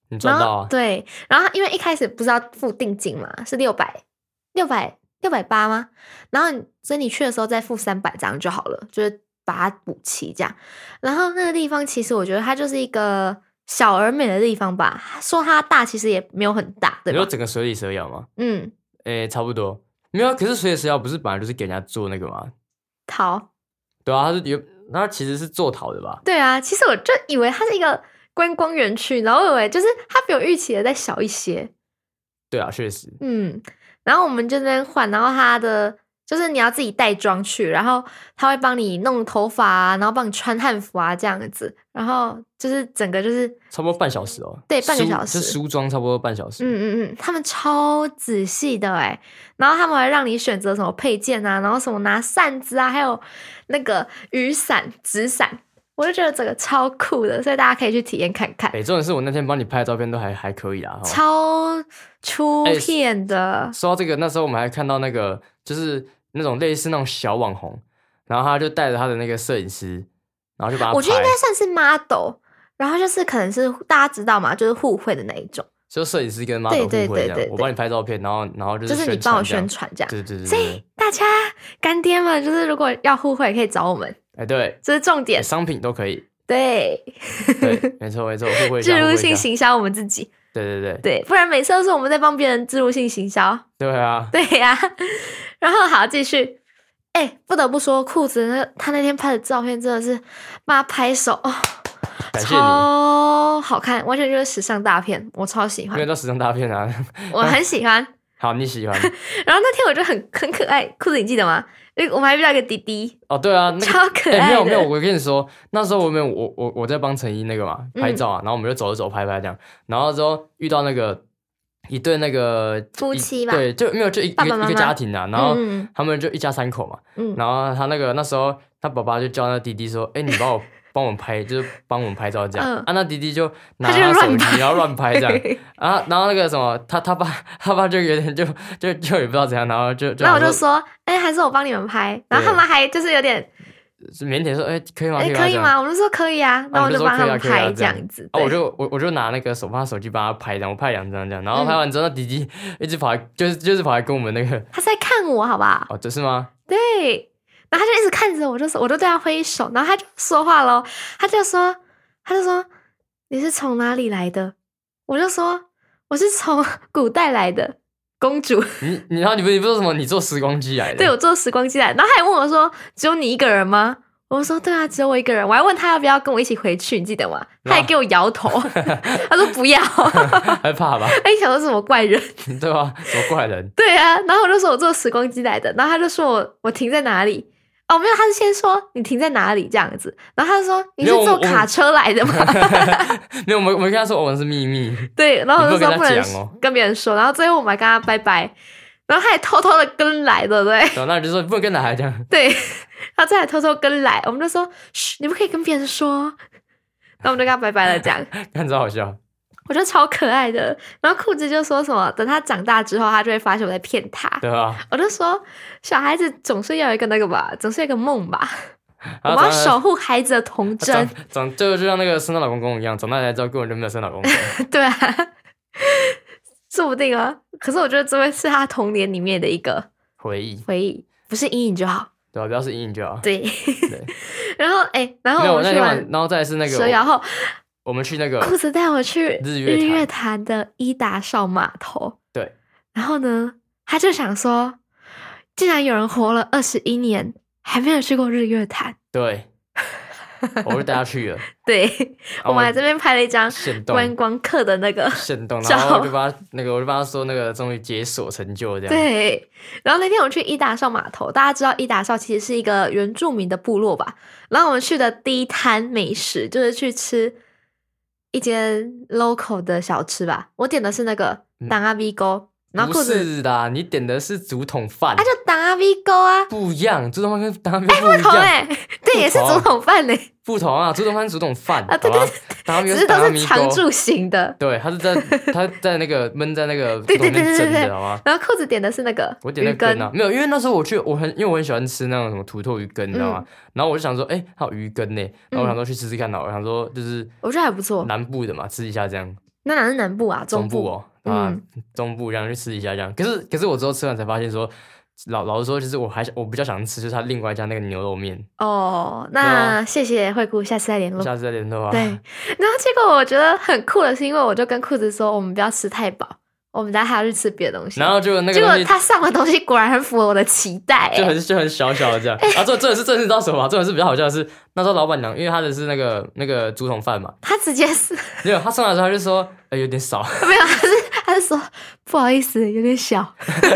[SPEAKER 2] 你赚
[SPEAKER 1] 然
[SPEAKER 2] 到
[SPEAKER 1] 后
[SPEAKER 2] 啊，
[SPEAKER 1] 对，然后因为一开始不是要付定金嘛，是六百六百六百八吗？然后你所以你去的时候再付三百这样就好了，就是把它补齐这样。然后那个地方其实我觉得它就是一个小而美的地方吧，说它大其实也没有很大，
[SPEAKER 2] 你
[SPEAKER 1] 对
[SPEAKER 2] 说
[SPEAKER 1] 吧？
[SPEAKER 2] 整个水里蛇咬吗？
[SPEAKER 1] 嗯，
[SPEAKER 2] 诶，差不多，没有啊，可是水里蛇咬不是本来就是给人家做那个吗？
[SPEAKER 1] 桃，
[SPEAKER 2] 对啊，它是有，它其实是做陶的吧？
[SPEAKER 1] 对啊，其实我就以为它是一个观光园区，然后我以为就是它比我预期的再小一些，
[SPEAKER 2] 对啊，确实，
[SPEAKER 1] 嗯，然后我们就在那边换，然后他的就是你要自己带妆去，然后他会帮你弄头发啊，然后帮你穿汉服啊这样子，然后就是整个就是，
[SPEAKER 2] 差不多半小时哦，
[SPEAKER 1] 对半个
[SPEAKER 2] 梳
[SPEAKER 1] 小时
[SPEAKER 2] 是梳妆差不多半小时，
[SPEAKER 1] 嗯嗯嗯，他们超仔细的哎、然后他们还让你选择什么配件啊，然后什么拿扇子啊，还有那个雨伞、纸伞，我就觉得整个超酷的，所以大家可以去体验看看，
[SPEAKER 2] 哎、重点是我那天帮你拍的照片都还还可以啊啦。哈
[SPEAKER 1] 超出
[SPEAKER 2] 哎
[SPEAKER 1] 片的，
[SPEAKER 2] 说到这个，那时候我们还看到那个，就是那种类似那种小网红，然后他就带着他的那个摄影师，然后就把他
[SPEAKER 1] 我觉得应
[SPEAKER 2] 拍
[SPEAKER 1] 该，算是 model，然后就是可能是大家知道嘛，就是互惠的那一种，
[SPEAKER 2] 就摄影师跟 model
[SPEAKER 1] 对
[SPEAKER 2] 互惠这
[SPEAKER 1] 对对
[SPEAKER 2] 样
[SPEAKER 1] 对，
[SPEAKER 2] 我帮你拍照片，然后然后就
[SPEAKER 1] 就是你
[SPEAKER 2] 宣
[SPEAKER 1] 帮我
[SPEAKER 2] 传这
[SPEAKER 1] 宣
[SPEAKER 2] 样，
[SPEAKER 1] 传这样。
[SPEAKER 2] 对对对
[SPEAKER 1] 所
[SPEAKER 2] 对
[SPEAKER 1] 以
[SPEAKER 2] 对，
[SPEAKER 1] 大家干爹们，就是如果要互惠，可以找我们，
[SPEAKER 2] 哎、对，
[SPEAKER 1] 这是重点。
[SPEAKER 2] 商品都可以，
[SPEAKER 1] 对，
[SPEAKER 2] 对，没错没错，互惠一下
[SPEAKER 1] 植
[SPEAKER 2] 互惠
[SPEAKER 1] 入
[SPEAKER 2] 一
[SPEAKER 1] 性
[SPEAKER 2] 下
[SPEAKER 1] 行销我们自己，
[SPEAKER 2] 对对对
[SPEAKER 1] 对，不然每次都是我们在帮别人植入性行销。
[SPEAKER 2] 对啊，
[SPEAKER 1] 对呀、 然后好继续。哎、不得不说，裤子那他那天拍的照片真的是，妈拍手哦，
[SPEAKER 2] 感谢你，
[SPEAKER 1] 超好看，完全就是时尚大片，我超喜
[SPEAKER 2] 没有
[SPEAKER 1] 欢，
[SPEAKER 2] 到时尚大片啊，
[SPEAKER 1] 我很喜欢。
[SPEAKER 2] 好你喜欢
[SPEAKER 1] 然后那天我就很很可爱，裤子你记得吗？因为我们还遇到一个弟弟，
[SPEAKER 2] 哦，对啊，那个
[SPEAKER 1] 超可
[SPEAKER 2] 哎、
[SPEAKER 1] 爱
[SPEAKER 2] 没
[SPEAKER 1] 的。
[SPEAKER 2] 有没有，我跟你说，那时候我们我我我在帮陈一那个嘛
[SPEAKER 1] 嗯
[SPEAKER 2] 拍照啊，然后我们就走着走拍拍这样，然后之后遇到那个一对那个
[SPEAKER 1] 夫
[SPEAKER 2] 一
[SPEAKER 1] 妻吧
[SPEAKER 2] 对，就没有就一
[SPEAKER 1] 爸爸
[SPEAKER 2] 一个
[SPEAKER 1] 妈
[SPEAKER 2] 一
[SPEAKER 1] 妈
[SPEAKER 2] 个家庭啊，然后
[SPEAKER 1] 嗯
[SPEAKER 2] 他们就一家三口嘛，
[SPEAKER 1] 嗯，
[SPEAKER 2] 然后他那个那时候他爸爸就叫那弟弟说，哎、你帮我帮我们拍，就是帮我们拍照这样，
[SPEAKER 1] 嗯
[SPEAKER 2] 啊，那弟弟就拿
[SPEAKER 1] 他就
[SPEAKER 2] 他手
[SPEAKER 1] 乱
[SPEAKER 2] 机
[SPEAKER 1] 拍
[SPEAKER 2] 然后乱拍这样。
[SPEAKER 1] 对
[SPEAKER 2] 啊，然后那个什么，他他爸他爸就有点就就就也不知道怎样，然后就就
[SPEAKER 1] 然后我就
[SPEAKER 2] 想
[SPEAKER 1] 说，哎、还是我帮你们拍。然后他们还就是有点，
[SPEAKER 2] 腼腆说，哎、可以吗？
[SPEAKER 1] 哎、
[SPEAKER 2] 可以吗？
[SPEAKER 1] 可
[SPEAKER 2] 这
[SPEAKER 1] 以
[SPEAKER 2] 样
[SPEAKER 1] 吗？我们就说可以啊，然后
[SPEAKER 2] 我
[SPEAKER 1] 我
[SPEAKER 2] 就
[SPEAKER 1] 就
[SPEAKER 2] 说
[SPEAKER 1] 帮他
[SPEAKER 2] 可以啊
[SPEAKER 1] 们
[SPEAKER 2] 可以啊
[SPEAKER 1] 拍
[SPEAKER 2] 这
[SPEAKER 1] 这
[SPEAKER 2] 样
[SPEAKER 1] 样子。
[SPEAKER 2] 啊，我
[SPEAKER 1] 对
[SPEAKER 2] 就我我就拿那个手把手机帮他拍一张，我拍两张这样，然后
[SPEAKER 1] 嗯
[SPEAKER 2] 拍完之后，那弟弟一直跑来，就是就是跑来跟我们那个
[SPEAKER 1] 他是在看我，好不好？
[SPEAKER 2] 哦，这是吗？
[SPEAKER 1] 对，然后他就一直看着我，就说，我就对他挥手，然后他就说话喽，他就说，他就说你是从哪里来的？我就说我是从古代来的公主。
[SPEAKER 2] 你你然后你不你不是说什么？你坐时光机来的？
[SPEAKER 1] 对我坐时光机来，然后他还问我说：“只有你一个人吗？”我说：“对啊，只有我一个人。”我还问他要不要跟我一起回去，你记得吗？他还给我摇 头，他说不要。
[SPEAKER 2] 害怕吧？
[SPEAKER 1] 哎，想说什么怪人？
[SPEAKER 2] 对吧？什么怪人？
[SPEAKER 1] 对啊，然后我就说我坐时光机来的，然后他就说我我停在哪里？哦，没有，他是先说你停在哪里这样子，然后他就说你是
[SPEAKER 2] 没有
[SPEAKER 1] 坐
[SPEAKER 2] 我
[SPEAKER 1] 卡车来的吗？
[SPEAKER 2] 哦没有，我们我们跟他说我们是秘密，
[SPEAKER 1] 对，然后我就
[SPEAKER 2] 你不
[SPEAKER 1] 说
[SPEAKER 2] 能
[SPEAKER 1] 不
[SPEAKER 2] 跟他
[SPEAKER 1] 能
[SPEAKER 2] 讲哦
[SPEAKER 1] 跟别人说，然后最后我们还跟他拜拜，然后他也偷偷的跟来，对不对？
[SPEAKER 2] 然后那你就说不能跟男孩这样，
[SPEAKER 1] 对，他再来偷偷跟来，我们就说，嘘，你不可以跟别人说。然后我们就跟他拜拜了，这样
[SPEAKER 2] 看着好笑。
[SPEAKER 1] 我觉得超可爱的。然后裤子就说什么，等他长大之后，他就会发现我在骗他。
[SPEAKER 2] 对吧？
[SPEAKER 1] 我就说，小孩子总是要有一个那个吧，总是有一个梦吧，我
[SPEAKER 2] 然
[SPEAKER 1] 们
[SPEAKER 2] 后
[SPEAKER 1] 要
[SPEAKER 2] 长
[SPEAKER 1] 守护孩子的童
[SPEAKER 2] 他
[SPEAKER 1] 真。
[SPEAKER 2] 长长最后就像那个圣诞老公公一样，长大才知道根本就没有圣诞老公公。
[SPEAKER 1] 对啊， 说不定啊。可是我觉得这会是他童年里面的一个
[SPEAKER 2] 回忆，
[SPEAKER 1] 回忆，不是阴影就好。
[SPEAKER 2] 对吧？不要是阴影就好。
[SPEAKER 1] 对，
[SPEAKER 2] 对，
[SPEAKER 1] 然后哎、然
[SPEAKER 2] 没
[SPEAKER 1] 后
[SPEAKER 2] 有
[SPEAKER 1] 我
[SPEAKER 2] 那
[SPEAKER 1] 们去
[SPEAKER 2] 天
[SPEAKER 1] 玩
[SPEAKER 2] 晚，然后再来是那个
[SPEAKER 1] 蛇
[SPEAKER 2] 我
[SPEAKER 1] 然后
[SPEAKER 2] 我们去那个
[SPEAKER 1] 裤子带我去
[SPEAKER 2] 呃日月
[SPEAKER 1] 日
[SPEAKER 2] 潭
[SPEAKER 1] 月潭的伊达邵码头。
[SPEAKER 2] 对，
[SPEAKER 1] 然后呢，他就想说，竟然有人活了二十一年还没有去过日月潭，
[SPEAKER 2] 对，我就带他去了，
[SPEAKER 1] 对
[SPEAKER 2] 然后
[SPEAKER 1] 我们还这边拍了一张
[SPEAKER 2] 现动
[SPEAKER 1] 观光客的那个。
[SPEAKER 2] 现 动，
[SPEAKER 1] 照
[SPEAKER 2] 然后我就帮他那个，我就帮他说那个终于解锁成就这样，，
[SPEAKER 1] 对，然后那天我去伊达邵码头，大家知道伊达邵其实是一个原住民的部落吧？然后我们去的第一摊美食就是去吃一间 local 的小吃吧，我点的是那个
[SPEAKER 2] 嗯
[SPEAKER 1] 当阿 V 沟，然后
[SPEAKER 2] 不
[SPEAKER 1] 裤子
[SPEAKER 2] 是的，你点的是竹筒饭
[SPEAKER 1] 啊，，就当阿 V 沟啊，
[SPEAKER 2] 不一样，竹筒饭跟当面不
[SPEAKER 1] 不
[SPEAKER 2] 一
[SPEAKER 1] 同
[SPEAKER 2] 样，
[SPEAKER 1] 哎、对，也是
[SPEAKER 2] 不同
[SPEAKER 1] 竹筒饭嘞、
[SPEAKER 2] 不同啊，竹筒饭是竹筒饭，
[SPEAKER 1] 啊对
[SPEAKER 2] 好吧
[SPEAKER 1] 对，
[SPEAKER 2] 当面
[SPEAKER 1] 只是都
[SPEAKER 2] 当面
[SPEAKER 1] 是常住型的。
[SPEAKER 2] 对，他是 在他在那个闷在那个
[SPEAKER 1] 对
[SPEAKER 2] 洞
[SPEAKER 1] 对
[SPEAKER 2] 里面
[SPEAKER 1] 对对
[SPEAKER 2] 蒸
[SPEAKER 1] 对
[SPEAKER 2] 的，好吗？
[SPEAKER 1] 然后裤子点的是那个
[SPEAKER 2] 我点那
[SPEAKER 1] 鱼
[SPEAKER 2] 个羹
[SPEAKER 1] 羹，
[SPEAKER 2] 啊，没有，因为那时候我去，我很因为我很喜欢吃那种什么土豆鱼羹，你知道
[SPEAKER 1] 嗯
[SPEAKER 2] 吗？然后我就想说，哎、还有鱼羹呢，然后我想说去吃吃看好了，我想说就是
[SPEAKER 1] 我觉得还不错。
[SPEAKER 2] 南部的嘛，吃一下这样，
[SPEAKER 1] 那哪是南部啊？
[SPEAKER 2] 中
[SPEAKER 1] 部
[SPEAKER 2] 部哦，啊，中部这样去吃一下这样。可是可是我之后吃完才发现说，老老实说，就是我还我比较想吃就是他另外一家那个牛肉面，
[SPEAKER 1] 哦，
[SPEAKER 2] 对啊
[SPEAKER 1] 那谢谢惠顾，下次再联络。
[SPEAKER 2] 下次再联络啊。
[SPEAKER 1] 嗯对，然后结果我觉得很酷的是，因为我就跟裤子说，我们不要吃太饱，我们等下还要去吃别的东西。
[SPEAKER 2] 然后就那个
[SPEAKER 1] 结
[SPEAKER 2] 东
[SPEAKER 1] 果
[SPEAKER 2] 西
[SPEAKER 1] 他上的东西果然很符合我的期待、
[SPEAKER 2] 就
[SPEAKER 1] 欸，
[SPEAKER 2] 很就很小小的这
[SPEAKER 1] 哎
[SPEAKER 2] 样。啊，这这是这是你知道什么吗？这是比较好笑的是，那时候老板娘因为她的是那个那个竹筒饭嘛，
[SPEAKER 1] 他直接是
[SPEAKER 2] 没有她上来的时候她就说，呃、有点少，
[SPEAKER 1] 没有，他是他是说不好意思，有点小，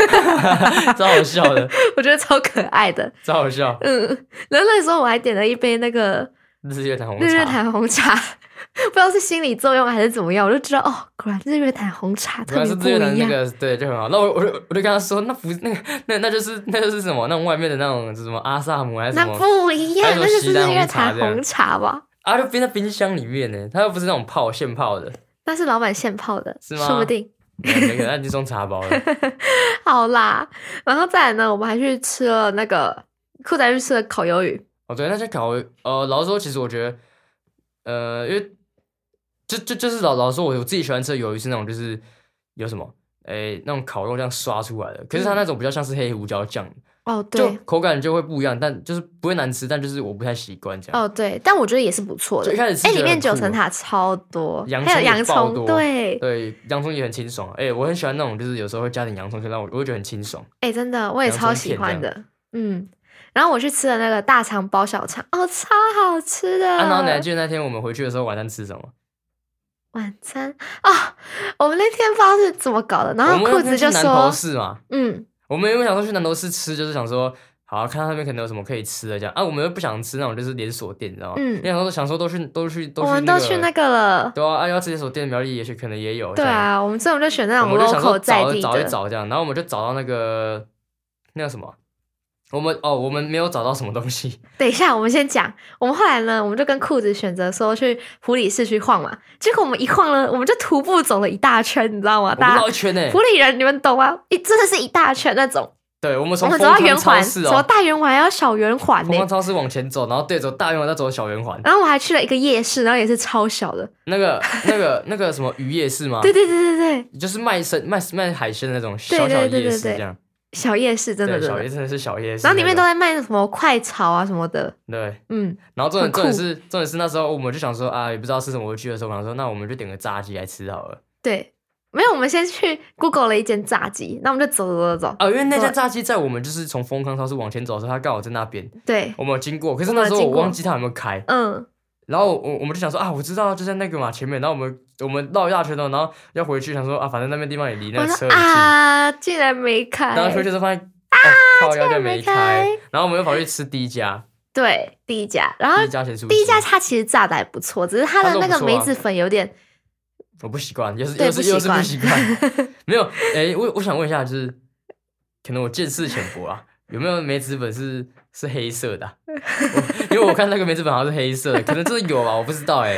[SPEAKER 2] 超好笑的，
[SPEAKER 1] 我觉得超可爱的，
[SPEAKER 2] 超好笑。
[SPEAKER 1] 嗯。然后那时候我还点了一杯那个
[SPEAKER 2] 日月潭红茶，
[SPEAKER 1] 日月潭红茶， 不知道是心理作用还是怎么样，我就知道哦，果然日月潭红茶
[SPEAKER 2] 主要
[SPEAKER 1] 特别
[SPEAKER 2] 是
[SPEAKER 1] 不
[SPEAKER 2] 日月潭
[SPEAKER 1] 一
[SPEAKER 2] 那
[SPEAKER 1] 样。
[SPEAKER 2] 个对就很好。那我我就我就跟他说，那不是那个那那就是那就是什么那种外面的那种什么阿萨姆还是
[SPEAKER 1] 那
[SPEAKER 2] 什么
[SPEAKER 1] 不一样
[SPEAKER 2] 还，有
[SPEAKER 1] 那
[SPEAKER 2] 什么
[SPEAKER 1] 就是
[SPEAKER 2] 西兰
[SPEAKER 1] 日月
[SPEAKER 2] 红茶
[SPEAKER 1] 潭
[SPEAKER 2] 这样
[SPEAKER 1] 红茶吧？
[SPEAKER 2] 啊，就冰在冰箱里面呢，它又不是那种泡现泡的，
[SPEAKER 1] 那是老板现泡的，
[SPEAKER 2] 是吗
[SPEAKER 1] 说不定。
[SPEAKER 2] 没有没有，那你就送茶包 了。
[SPEAKER 1] 好啦，然后再来呢，我们还去吃了那个酷仔去吃了烤鱿鱼，
[SPEAKER 2] 哦，对，那些烤鱼，呃，老实说，其实我觉得，呃，因为就就就是老老实说，我我自己喜欢吃的鱿鱼是那种就是有什么，诶、那种烤肉这样刷出来的，可是它那种比较像是黑胡椒酱，
[SPEAKER 1] 哦
[SPEAKER 2] 就
[SPEAKER 1] 对，
[SPEAKER 2] 口感就会不一样，但就是不会难吃，但就是我不太习惯这样。
[SPEAKER 1] 哦对，但我觉得也是不错的
[SPEAKER 2] 就一。开始吃
[SPEAKER 1] 哎，
[SPEAKER 2] 觉
[SPEAKER 1] 里
[SPEAKER 2] 得
[SPEAKER 1] 面
[SPEAKER 2] 很酷
[SPEAKER 1] 九层塔超多，
[SPEAKER 2] 洋
[SPEAKER 1] 还有
[SPEAKER 2] 葱也
[SPEAKER 1] 洋
[SPEAKER 2] 爆
[SPEAKER 1] 葱，
[SPEAKER 2] 多
[SPEAKER 1] 对，
[SPEAKER 2] 对，洋葱也很清爽。哎、我很喜欢那种，就是有时候会加点洋葱，就让我我会觉得很清爽。
[SPEAKER 1] 哎，真的我也
[SPEAKER 2] 洋
[SPEAKER 1] 超
[SPEAKER 2] 葱
[SPEAKER 1] 喜
[SPEAKER 2] 片这
[SPEAKER 1] 欢
[SPEAKER 2] 样
[SPEAKER 1] 的，嗯。然后我去吃了那个大肠包小肠，哦，超好吃的。
[SPEAKER 2] 啊，然后你还记得那天我们回去的时候晚餐吃什么？
[SPEAKER 1] 晚餐啊、我们那天不知道是怎么搞的，然
[SPEAKER 2] 我
[SPEAKER 1] 后
[SPEAKER 2] 们
[SPEAKER 1] 啊裤子
[SPEAKER 2] 去
[SPEAKER 1] 就
[SPEAKER 2] 南头
[SPEAKER 1] 说，
[SPEAKER 2] 市嘛，
[SPEAKER 1] 嗯，
[SPEAKER 2] 我们因为想说去南头市吃，就是想说，好啊看到那边可能有什么可以吃的这样啊，我们又不想吃那种就是连锁店，你知道吗？
[SPEAKER 1] 嗯
[SPEAKER 2] 因为想说想说都去都去都
[SPEAKER 1] 我
[SPEAKER 2] 去、
[SPEAKER 1] 们都去那
[SPEAKER 2] 那个，
[SPEAKER 1] 个了。
[SPEAKER 2] 对啊，啊要吃连锁店，苗栗也许可能也有。
[SPEAKER 1] 对
[SPEAKER 2] 这样，
[SPEAKER 1] 啊，我们所以我们就选那
[SPEAKER 2] 我
[SPEAKER 1] 种
[SPEAKER 2] 们就想
[SPEAKER 1] local
[SPEAKER 2] 说
[SPEAKER 1] 在
[SPEAKER 2] 找
[SPEAKER 1] 地
[SPEAKER 2] 找一
[SPEAKER 1] 的，
[SPEAKER 2] 找这样，然后我们就找到那个那个什么，我们哦我们没有找到什么东西，
[SPEAKER 1] 等一下，我们先讲。我们后来呢，我们就跟裤子选择说去普里市区晃嘛。结果我们一晃呢，我们就徒步走了一大圈，你知道
[SPEAKER 2] 我
[SPEAKER 1] 吗？
[SPEAKER 2] 们
[SPEAKER 1] 大
[SPEAKER 2] 绕
[SPEAKER 1] 家
[SPEAKER 2] 一圈呢、
[SPEAKER 1] 普里人，你们懂吗？一真的是一大圈那种。
[SPEAKER 2] 对，我们
[SPEAKER 1] 我
[SPEAKER 2] 从
[SPEAKER 1] 们
[SPEAKER 2] 丰
[SPEAKER 1] 走到
[SPEAKER 2] 康
[SPEAKER 1] 圆
[SPEAKER 2] 超
[SPEAKER 1] 环，
[SPEAKER 2] 市
[SPEAKER 1] 什么
[SPEAKER 2] 哦，
[SPEAKER 1] 大圆环，还有小圆环呢、
[SPEAKER 2] 丰康超市往前走，然后对走大圆环，再走小圆环，
[SPEAKER 1] 然后我还去了一个夜市，然后也是超小的。
[SPEAKER 2] 那个那个那个什么渔业市吗？
[SPEAKER 1] 对对对对对，
[SPEAKER 2] 就是卖生卖卖海鲜的那种小小的
[SPEAKER 1] 对对对
[SPEAKER 2] 夜市
[SPEAKER 1] 对
[SPEAKER 2] 这样。
[SPEAKER 1] 小夜市真的
[SPEAKER 2] 对，
[SPEAKER 1] 真
[SPEAKER 2] 小夜
[SPEAKER 1] 的。
[SPEAKER 2] 真的是小夜市那种，
[SPEAKER 1] 然后里面都在卖那什么快炒啊什么的，
[SPEAKER 2] 对。
[SPEAKER 1] 嗯，
[SPEAKER 2] 然后重点
[SPEAKER 1] 很酷
[SPEAKER 2] 重点是重点是那时候我们就想说啊，也不知道吃什么，我去的时候我想说，那我们就点个炸鸡来吃好了。
[SPEAKER 1] 对。没有，我们先去 Google 了一间炸鸡，那我们就走走走走。
[SPEAKER 2] 啊，因为那家
[SPEAKER 1] 对
[SPEAKER 2] 炸鸡在我们就是从丰康超市往前走的时候，它刚好在那边，
[SPEAKER 1] 对，
[SPEAKER 2] 我们有经过，可是
[SPEAKER 1] 我们
[SPEAKER 2] 那
[SPEAKER 1] 有
[SPEAKER 2] 时候
[SPEAKER 1] 经
[SPEAKER 2] 我
[SPEAKER 1] 过
[SPEAKER 2] 忘记它有没有开。
[SPEAKER 1] 嗯，
[SPEAKER 2] 然后我我们就想说啊，我知道就在那个嘛前面，然后我们我们绕一大圈的，然后要回去想说啊，反正那边地方也离那
[SPEAKER 1] 我
[SPEAKER 2] 个
[SPEAKER 1] 说
[SPEAKER 2] 车很近。
[SPEAKER 1] 啊，竟然没开。
[SPEAKER 2] 然后回去的时候发现啊，靠腰就没
[SPEAKER 1] 竟然没
[SPEAKER 2] 开。然后我们又跑去吃第一家，
[SPEAKER 1] 对，第一家，然后
[SPEAKER 2] 第一家咸酥鸡。
[SPEAKER 1] 第一家它其实炸的还不错，只是它的
[SPEAKER 2] 它
[SPEAKER 1] 那个
[SPEAKER 2] 肉不错啊
[SPEAKER 1] 梅子粉有点，
[SPEAKER 2] 我不习惯，又是
[SPEAKER 1] 对
[SPEAKER 2] 又是又是
[SPEAKER 1] 不
[SPEAKER 2] 不习
[SPEAKER 1] 习
[SPEAKER 2] 惯。没有，哎、我我想问一下，就是可能我见识浅薄啊，有没有梅子粉是是黑色 的啊、我因为我看那个梅子粉好像是黑色的，可能真的有吧，我不知道哎、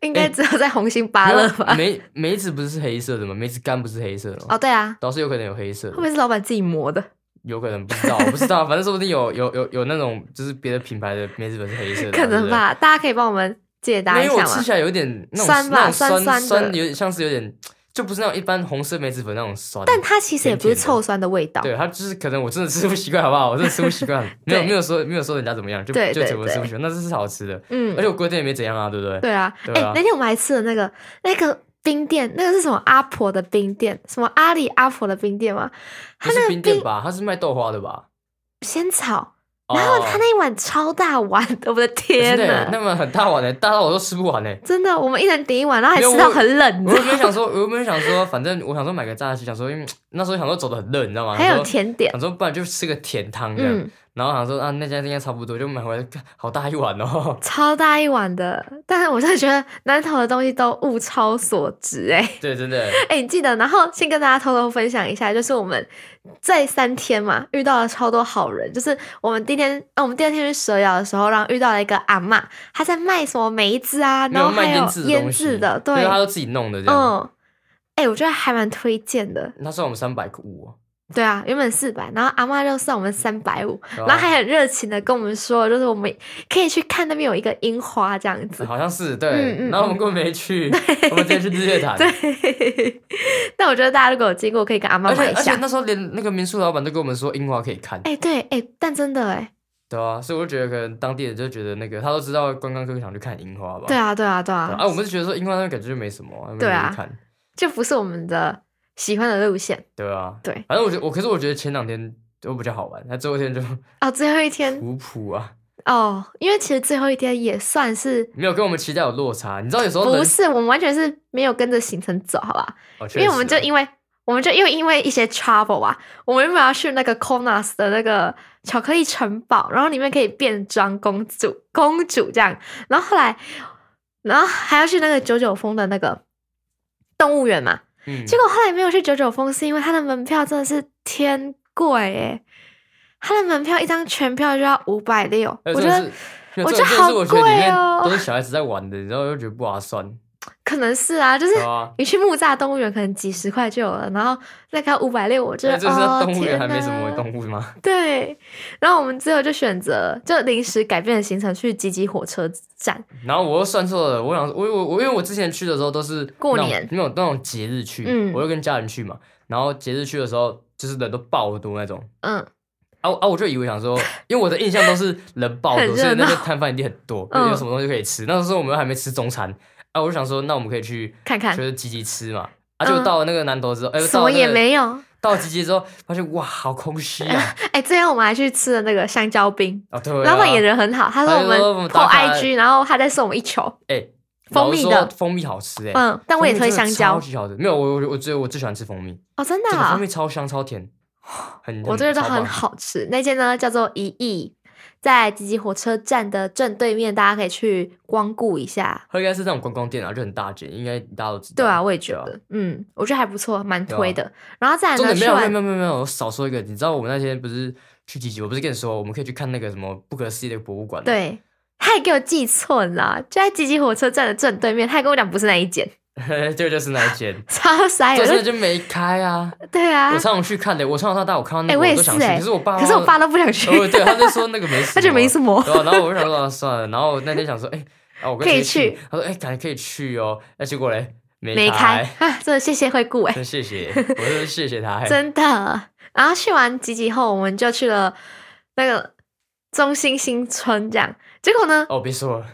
[SPEAKER 1] 应该只有在红星芭乐吧？
[SPEAKER 2] 梅梅子不是黑色的吗？梅子干不是黑色的吗？
[SPEAKER 1] 哦，对啊，
[SPEAKER 2] 倒是有可能有黑色
[SPEAKER 1] 会
[SPEAKER 2] 的
[SPEAKER 1] 不，会是老板自己磨的？
[SPEAKER 2] 有可能不知道，我不知道，反正说不定有有有有那种就是别的品牌的梅子粉是黑色的啊，
[SPEAKER 1] 可能吧，大家可以帮我们解
[SPEAKER 2] 对不
[SPEAKER 1] 答
[SPEAKER 2] 对。
[SPEAKER 1] 一
[SPEAKER 2] 因为我
[SPEAKER 1] 下
[SPEAKER 2] 吃
[SPEAKER 1] 吗？
[SPEAKER 2] 起来有点那种
[SPEAKER 1] 酸吧
[SPEAKER 2] 那种
[SPEAKER 1] 酸
[SPEAKER 2] 酸
[SPEAKER 1] 酸的
[SPEAKER 2] 有点像是有点就不是那种一般红色梅子粉那种酸。
[SPEAKER 1] 但它其实也不是臭酸的味道，
[SPEAKER 2] 对它啊就是可能我真的吃不习惯，好不好？我真的吃不习 惯，没有
[SPEAKER 1] 对
[SPEAKER 2] 没有说没有说人家怎么样，就
[SPEAKER 1] 对
[SPEAKER 2] 就
[SPEAKER 1] 对
[SPEAKER 2] 怎么吃不
[SPEAKER 1] 对
[SPEAKER 2] 习惯，那这是好吃的，
[SPEAKER 1] 嗯
[SPEAKER 2] 而，且我规定也没怎样啊，对不对？
[SPEAKER 1] 对啊，哎、
[SPEAKER 2] 对啊
[SPEAKER 1] 那天我们还吃了那个那个冰店，那个是什么阿婆的冰店，什么阿里阿婆的冰店吗？它
[SPEAKER 2] 不
[SPEAKER 1] 那
[SPEAKER 2] 是
[SPEAKER 1] 个
[SPEAKER 2] 冰店吧？它是卖豆花的吧？
[SPEAKER 1] 仙草，
[SPEAKER 2] 哦
[SPEAKER 1] 然后它那一碗超大碗的，我的天
[SPEAKER 2] 真的耶
[SPEAKER 1] 呐！
[SPEAKER 2] 那么很大碗呢，大到我都吃不 完呢。
[SPEAKER 1] 真的，我们一人点一碗，然后还
[SPEAKER 2] 没有
[SPEAKER 1] 吃到
[SPEAKER 2] 我
[SPEAKER 1] 很冷，你
[SPEAKER 2] 我原
[SPEAKER 1] 知道
[SPEAKER 2] 本想说，我原本想说，反正我想说买个炸鸡，想说因为那时候想说走的很热，你知道吗？
[SPEAKER 1] 还
[SPEAKER 2] 想
[SPEAKER 1] 有
[SPEAKER 2] 说
[SPEAKER 1] 甜点，
[SPEAKER 2] 想说不然就吃个甜汤这样，
[SPEAKER 1] 嗯，
[SPEAKER 2] 然后想说啊那家应该差不多，就买回来，干好大一碗哦。
[SPEAKER 1] 超大一碗的。但是我真的觉得南投的东西都物超所值、哎。
[SPEAKER 2] 对，真的，
[SPEAKER 1] 哎、你记得，然后先跟大家偷偷分享一下，就是我们在三天嘛，遇到了超多好人。就是我们第一天，呃，我们第二天去蛇窑的时候，然后遇到了一个阿嬷，她在卖什么梅子啊，
[SPEAKER 2] 没
[SPEAKER 1] 然
[SPEAKER 2] 有
[SPEAKER 1] 后
[SPEAKER 2] 卖
[SPEAKER 1] 还有
[SPEAKER 2] 腌制的
[SPEAKER 1] 腌
[SPEAKER 2] 东西啊
[SPEAKER 1] 制的，对，
[SPEAKER 2] 他都自己弄的这样。
[SPEAKER 1] 嗯，哎、我觉得还蛮推荐的。
[SPEAKER 2] 他算我们三百五哦，
[SPEAKER 1] 对啊，原本四百，然后阿嬷就算我们三百五，
[SPEAKER 2] 对吧
[SPEAKER 1] 然后还很热情的跟我们说，就是我们可以去看那边有一个樱花这样子。
[SPEAKER 2] 好像是
[SPEAKER 1] 嗯
[SPEAKER 2] 对，
[SPEAKER 1] 嗯
[SPEAKER 2] 然后我们根本没去， 我们直接去日月潭。
[SPEAKER 1] 对， 但我觉得大家如果有经过，可以跟阿
[SPEAKER 2] 而
[SPEAKER 1] 嬷
[SPEAKER 2] 且
[SPEAKER 1] 买一
[SPEAKER 2] 而且
[SPEAKER 1] 下。
[SPEAKER 2] 那时候连那个民宿老板都跟我们说樱花可以看，
[SPEAKER 1] 哎、对，哎、但真的哎、
[SPEAKER 2] 对啊，所以我就觉得可能当地人就觉得那个他都知道观光客想去看樱花吧。
[SPEAKER 1] 对啊，对啊，对
[SPEAKER 2] 对啊，
[SPEAKER 1] 啊，
[SPEAKER 2] 啊，我们是觉得说樱花那个感觉就没什么啊，没
[SPEAKER 1] 对啊
[SPEAKER 2] 人去看，
[SPEAKER 1] 就不是我们的喜欢的路线
[SPEAKER 2] 对啊，
[SPEAKER 1] 对。
[SPEAKER 2] 反正我觉得我，可是我觉得前两天都比较好玩，那最后一天就
[SPEAKER 1] 哦。最后一天
[SPEAKER 2] 普普啊，
[SPEAKER 1] 哦，因为其实最后一天也算是
[SPEAKER 2] 没有跟我们期待有落差。你知道有时候
[SPEAKER 1] 不
[SPEAKER 2] 人，
[SPEAKER 1] 是我们完全是没有跟着行程走，好吧？
[SPEAKER 2] 哦确
[SPEAKER 1] 因为我们
[SPEAKER 2] 实
[SPEAKER 1] 就
[SPEAKER 2] 啊
[SPEAKER 1] 因为我们就又因为一些 trouble 啊，我们原本要去那个 Konas 的那个巧克力城堡，然后里面可以变装公主公主这样，然后后来，然后还要去那个九九峰的那个动物园嘛，
[SPEAKER 2] 嗯，
[SPEAKER 1] 结果后来没有去九九峰，是因为它的门票真的是天贵哎、它的门票一张全票就要五百六，
[SPEAKER 2] 哎
[SPEAKER 1] 我
[SPEAKER 2] 真
[SPEAKER 1] 觉
[SPEAKER 2] 的
[SPEAKER 1] 得
[SPEAKER 2] 是没有
[SPEAKER 1] 我
[SPEAKER 2] 这种就
[SPEAKER 1] 觉得
[SPEAKER 2] 是
[SPEAKER 1] 好
[SPEAKER 2] 我觉得里面
[SPEAKER 1] 贵哦
[SPEAKER 2] 都是小孩子在玩的，你知道，我就觉得不划算，
[SPEAKER 1] 可能是啊，就是
[SPEAKER 2] 对 啊。
[SPEAKER 1] 你去木栅动物园可能几十块就有了，然后那个五百六，我觉
[SPEAKER 2] 那
[SPEAKER 1] 得
[SPEAKER 2] 哎这是
[SPEAKER 1] 哦
[SPEAKER 2] 动物园
[SPEAKER 1] 天
[SPEAKER 2] 还没什
[SPEAKER 1] 哪
[SPEAKER 2] 么动物吗？
[SPEAKER 1] 对，然后我们最后就选择就临时改变了行程去吉吉火车站，
[SPEAKER 2] 然后我又算错了，我想我我我因为我之前去的时候都是
[SPEAKER 1] 过
[SPEAKER 2] 那种
[SPEAKER 1] 年
[SPEAKER 2] 没有那种节日去，
[SPEAKER 1] 嗯
[SPEAKER 2] 我就跟家人去嘛。然后节日去的时候，就是人都爆多那种，
[SPEAKER 1] 嗯，
[SPEAKER 2] 啊我啊！我就以为想说，因为我的印象都是人爆
[SPEAKER 1] 很
[SPEAKER 2] 多，
[SPEAKER 1] 热
[SPEAKER 2] 所以那
[SPEAKER 1] 闹
[SPEAKER 2] 个摊贩一定很多，
[SPEAKER 1] 嗯
[SPEAKER 2] 有什么东西可以吃。那时候我们还没吃中餐，啊，我就想说，那我们可以去
[SPEAKER 1] 看看
[SPEAKER 2] 就是集集吃嘛。
[SPEAKER 1] 嗯
[SPEAKER 2] 啊，就到了那个南头之后，哎、
[SPEAKER 1] 什
[SPEAKER 2] 到
[SPEAKER 1] 么
[SPEAKER 2] 了那
[SPEAKER 1] 也
[SPEAKER 2] 个
[SPEAKER 1] 没有。
[SPEAKER 2] 到集集之后，发现哇，好空虚 啊！
[SPEAKER 1] 哎，最后我们还去吃了那个香蕉冰，
[SPEAKER 2] 啊，对啊，
[SPEAKER 1] 老板也人很好，他说
[SPEAKER 2] 他
[SPEAKER 1] 我
[SPEAKER 2] 就
[SPEAKER 1] 们
[SPEAKER 2] 说我们打
[SPEAKER 1] po
[SPEAKER 2] 卡
[SPEAKER 1] IG，然后他再送我们一球，
[SPEAKER 2] 哎、
[SPEAKER 1] 蜂蜜的
[SPEAKER 2] 老实说蜂蜜好吃哎、
[SPEAKER 1] 嗯，但我也
[SPEAKER 2] 蜂
[SPEAKER 1] 推
[SPEAKER 2] 蜜真
[SPEAKER 1] 香
[SPEAKER 2] 的
[SPEAKER 1] 蕉
[SPEAKER 2] 超，级好吃。没有，我我我最我最喜欢吃蜂蜜，
[SPEAKER 1] 哦，真的、
[SPEAKER 2] 这个
[SPEAKER 1] 啊
[SPEAKER 2] 蜂蜜，超香超甜， 很
[SPEAKER 1] 我觉得
[SPEAKER 2] 超
[SPEAKER 1] 很
[SPEAKER 2] 棒
[SPEAKER 1] 好吃。那间呢叫做一亿，在吉吉火车站的正对面，大家可以去光顾一下。
[SPEAKER 2] 它应该是那种观光店啊，就很大间，应该大家都知道。
[SPEAKER 1] 对啊，我也觉
[SPEAKER 2] 对啊
[SPEAKER 1] 得，嗯，我觉得还不错，蛮
[SPEAKER 2] 对啊
[SPEAKER 1] 推的。然后再来
[SPEAKER 2] 真的
[SPEAKER 1] 呢，
[SPEAKER 2] 没
[SPEAKER 1] 去
[SPEAKER 2] 有没有
[SPEAKER 1] 完
[SPEAKER 2] 没有没有没有，我少说一个，你知道我们那天不是去集集，我不是跟你说我们可以去看那个什么不可思议的博物馆？，
[SPEAKER 1] 对，他还给我记错了，就在吉吉火车站的正对面，他还跟我讲不是那一间，，
[SPEAKER 2] 这个 就是那一间
[SPEAKER 1] 超傻眼。
[SPEAKER 2] 就
[SPEAKER 1] 哎我
[SPEAKER 2] 真的
[SPEAKER 1] 就
[SPEAKER 2] 就没开啊。
[SPEAKER 1] 对啊
[SPEAKER 2] 我，上午去看的，我从小到大我看到那
[SPEAKER 1] 哎
[SPEAKER 2] 个
[SPEAKER 1] 我也
[SPEAKER 2] 都想
[SPEAKER 1] 是
[SPEAKER 2] 去，
[SPEAKER 1] 哎
[SPEAKER 2] 可是我爸，
[SPEAKER 1] 可是我爸都不想 去，
[SPEAKER 2] 哦，对，他就说那个没什么，
[SPEAKER 1] 他觉得没什么。
[SPEAKER 2] 对啊，然后我就想说、啊算了，然后那天想说，哎、啊我跟
[SPEAKER 1] 可
[SPEAKER 2] 谁
[SPEAKER 1] 以
[SPEAKER 2] 去
[SPEAKER 1] 去，
[SPEAKER 2] 他说哎、感觉可以去哦，那结果嘞没
[SPEAKER 1] 没开
[SPEAKER 2] 开，
[SPEAKER 1] 啊！真的谢谢惠顾哎，
[SPEAKER 2] 真谢谢，我真是谢谢他，哎
[SPEAKER 1] 真的。然后去完集集后，我们就去了那个中心新村，这样。结果呢，
[SPEAKER 2] 哦别说了，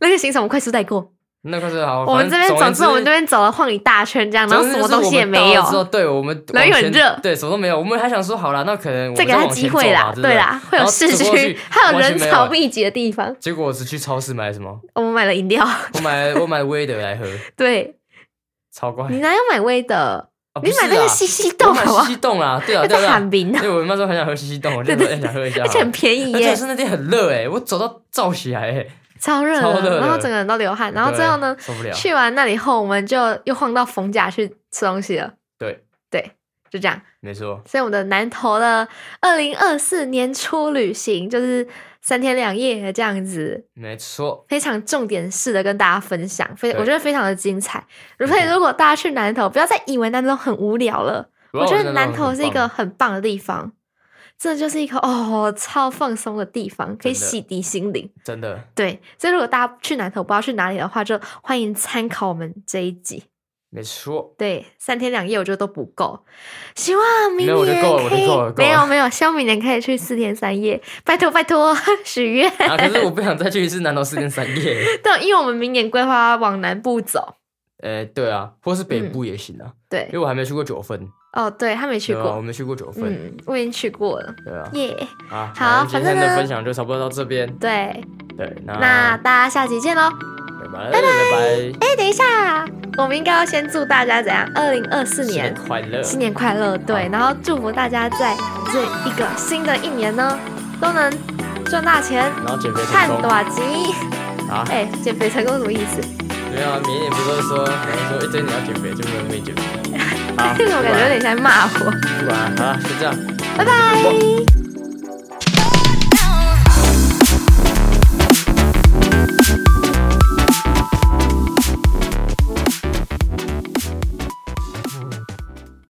[SPEAKER 1] 那个行程我们快速带过。
[SPEAKER 2] 那个是好，
[SPEAKER 1] 我们
[SPEAKER 2] 哦反
[SPEAKER 1] 这
[SPEAKER 2] 正
[SPEAKER 1] 边，总之我们
[SPEAKER 2] 之
[SPEAKER 1] 这边走了晃一大圈，这样，然后
[SPEAKER 2] 总之
[SPEAKER 1] 什
[SPEAKER 2] 就是
[SPEAKER 1] 么东西也没有
[SPEAKER 2] 我们到了之，后对我们
[SPEAKER 1] 然后又很
[SPEAKER 2] 往前
[SPEAKER 1] 热
[SPEAKER 2] 对，什么都没有。我们还想说，好啦，那可能我们
[SPEAKER 1] 再给他
[SPEAKER 2] 往前
[SPEAKER 1] 机会啦，
[SPEAKER 2] 走吧
[SPEAKER 1] 对。啦，
[SPEAKER 2] 不
[SPEAKER 1] 会有
[SPEAKER 2] 然后
[SPEAKER 1] 市
[SPEAKER 2] 走过
[SPEAKER 1] 区
[SPEAKER 2] 去，
[SPEAKER 1] 还有
[SPEAKER 2] 完全
[SPEAKER 1] 人
[SPEAKER 2] 没有
[SPEAKER 1] 潮密集的地方。
[SPEAKER 2] 结果我只去超市买什么？
[SPEAKER 1] 我们买了饮料，
[SPEAKER 2] 我买我买威德来喝，
[SPEAKER 1] 对
[SPEAKER 2] 超怪。
[SPEAKER 1] 你哪有买威的？
[SPEAKER 2] 啊
[SPEAKER 1] 你
[SPEAKER 2] 哎不是
[SPEAKER 1] 买那
[SPEAKER 2] 啊
[SPEAKER 1] 个西西
[SPEAKER 2] 我
[SPEAKER 1] 冻
[SPEAKER 2] 买
[SPEAKER 1] 好吗
[SPEAKER 2] 西？西冻啦，对啊
[SPEAKER 1] 那
[SPEAKER 2] 对啊对
[SPEAKER 1] 在
[SPEAKER 2] 啊
[SPEAKER 1] 喊。冰
[SPEAKER 2] 因
[SPEAKER 1] 啊，
[SPEAKER 2] 为我那时候很想喝西西冻，我就说
[SPEAKER 1] 对对
[SPEAKER 2] 哎想喝一下好
[SPEAKER 1] 而
[SPEAKER 2] 了，
[SPEAKER 1] 且很便宜
[SPEAKER 2] 而
[SPEAKER 1] 耶
[SPEAKER 2] 且，是那天很热哎，我走到燥起来哎，
[SPEAKER 1] 超热
[SPEAKER 2] 超热
[SPEAKER 1] 的，
[SPEAKER 2] 的
[SPEAKER 1] 然后整个人都流汗。然后
[SPEAKER 2] 对啊
[SPEAKER 1] 最后呢，
[SPEAKER 2] 受不了。
[SPEAKER 1] 去完那里后，我们就又晃到逢甲去吃东西了。
[SPEAKER 2] 对
[SPEAKER 1] 对，就这样。
[SPEAKER 2] 没错，
[SPEAKER 1] 所以我们的南投的二零二四年初旅行就是三天两夜这样子，
[SPEAKER 2] 没错，
[SPEAKER 1] 非常重点式的跟大家分享，非
[SPEAKER 2] 对
[SPEAKER 1] 我觉得非常的精彩。
[SPEAKER 2] 没
[SPEAKER 1] 所以
[SPEAKER 2] 错
[SPEAKER 1] 如果大家去南投，不要再以为南投很无聊了，我觉得南投是一个很棒的地方，这就是一个哦超放松的地方，可以
[SPEAKER 2] 真的
[SPEAKER 1] 洗涤心灵。
[SPEAKER 2] 真的
[SPEAKER 1] 对，所以如果大家去南投不知道去哪里的话，就欢迎参考我们这一集。
[SPEAKER 2] 没错，
[SPEAKER 1] 对，三天两夜我觉得都不够，希望明
[SPEAKER 2] 没有我就
[SPEAKER 1] 年
[SPEAKER 2] 够了我
[SPEAKER 1] 可
[SPEAKER 2] 就
[SPEAKER 1] 以
[SPEAKER 2] 够了够
[SPEAKER 1] 没有
[SPEAKER 2] 了
[SPEAKER 1] 没有，希望明年可以去四天三夜，拜托拜托 许愿。
[SPEAKER 2] 啊，可是我不想再去一次南投四天三 夜。
[SPEAKER 1] 但因为我们明年规划往南部走，
[SPEAKER 2] 呃，对啊，或是北部也行啊，因
[SPEAKER 1] 嗯对，
[SPEAKER 2] 为我还没去过九份，
[SPEAKER 1] 哦对，他没去
[SPEAKER 2] 对啊，我
[SPEAKER 1] 过，
[SPEAKER 2] 没去过九份，
[SPEAKER 1] 嗯，我已经去过了，
[SPEAKER 2] 对啊，
[SPEAKER 1] 耶、
[SPEAKER 2] 啊，
[SPEAKER 1] 好
[SPEAKER 2] 那今天
[SPEAKER 1] 反正呢
[SPEAKER 2] 的分享就差不多到这边，
[SPEAKER 1] 对，
[SPEAKER 2] 对，那
[SPEAKER 1] 那大家下集见喽。
[SPEAKER 2] 拜拜拜拜，
[SPEAKER 1] 哎，等一下，我们应该要先祝大家怎样？二零二四
[SPEAKER 2] 新
[SPEAKER 1] 年
[SPEAKER 2] 年快乐，
[SPEAKER 1] 新年快乐，对，然后祝福大家在这一个新的一年呢，都能赚大钱。
[SPEAKER 2] 然后减肥
[SPEAKER 1] 看
[SPEAKER 2] 成功
[SPEAKER 1] 短集，
[SPEAKER 2] 啊，
[SPEAKER 1] 哎、减肥成功什么意思？
[SPEAKER 2] 没有啊，明年不是说说一堆你要减肥，就没有人会 减肥，啊，
[SPEAKER 1] 这种感觉有点像骂我。
[SPEAKER 2] 不管了，不管了，好了，就这样，
[SPEAKER 1] 拜拜。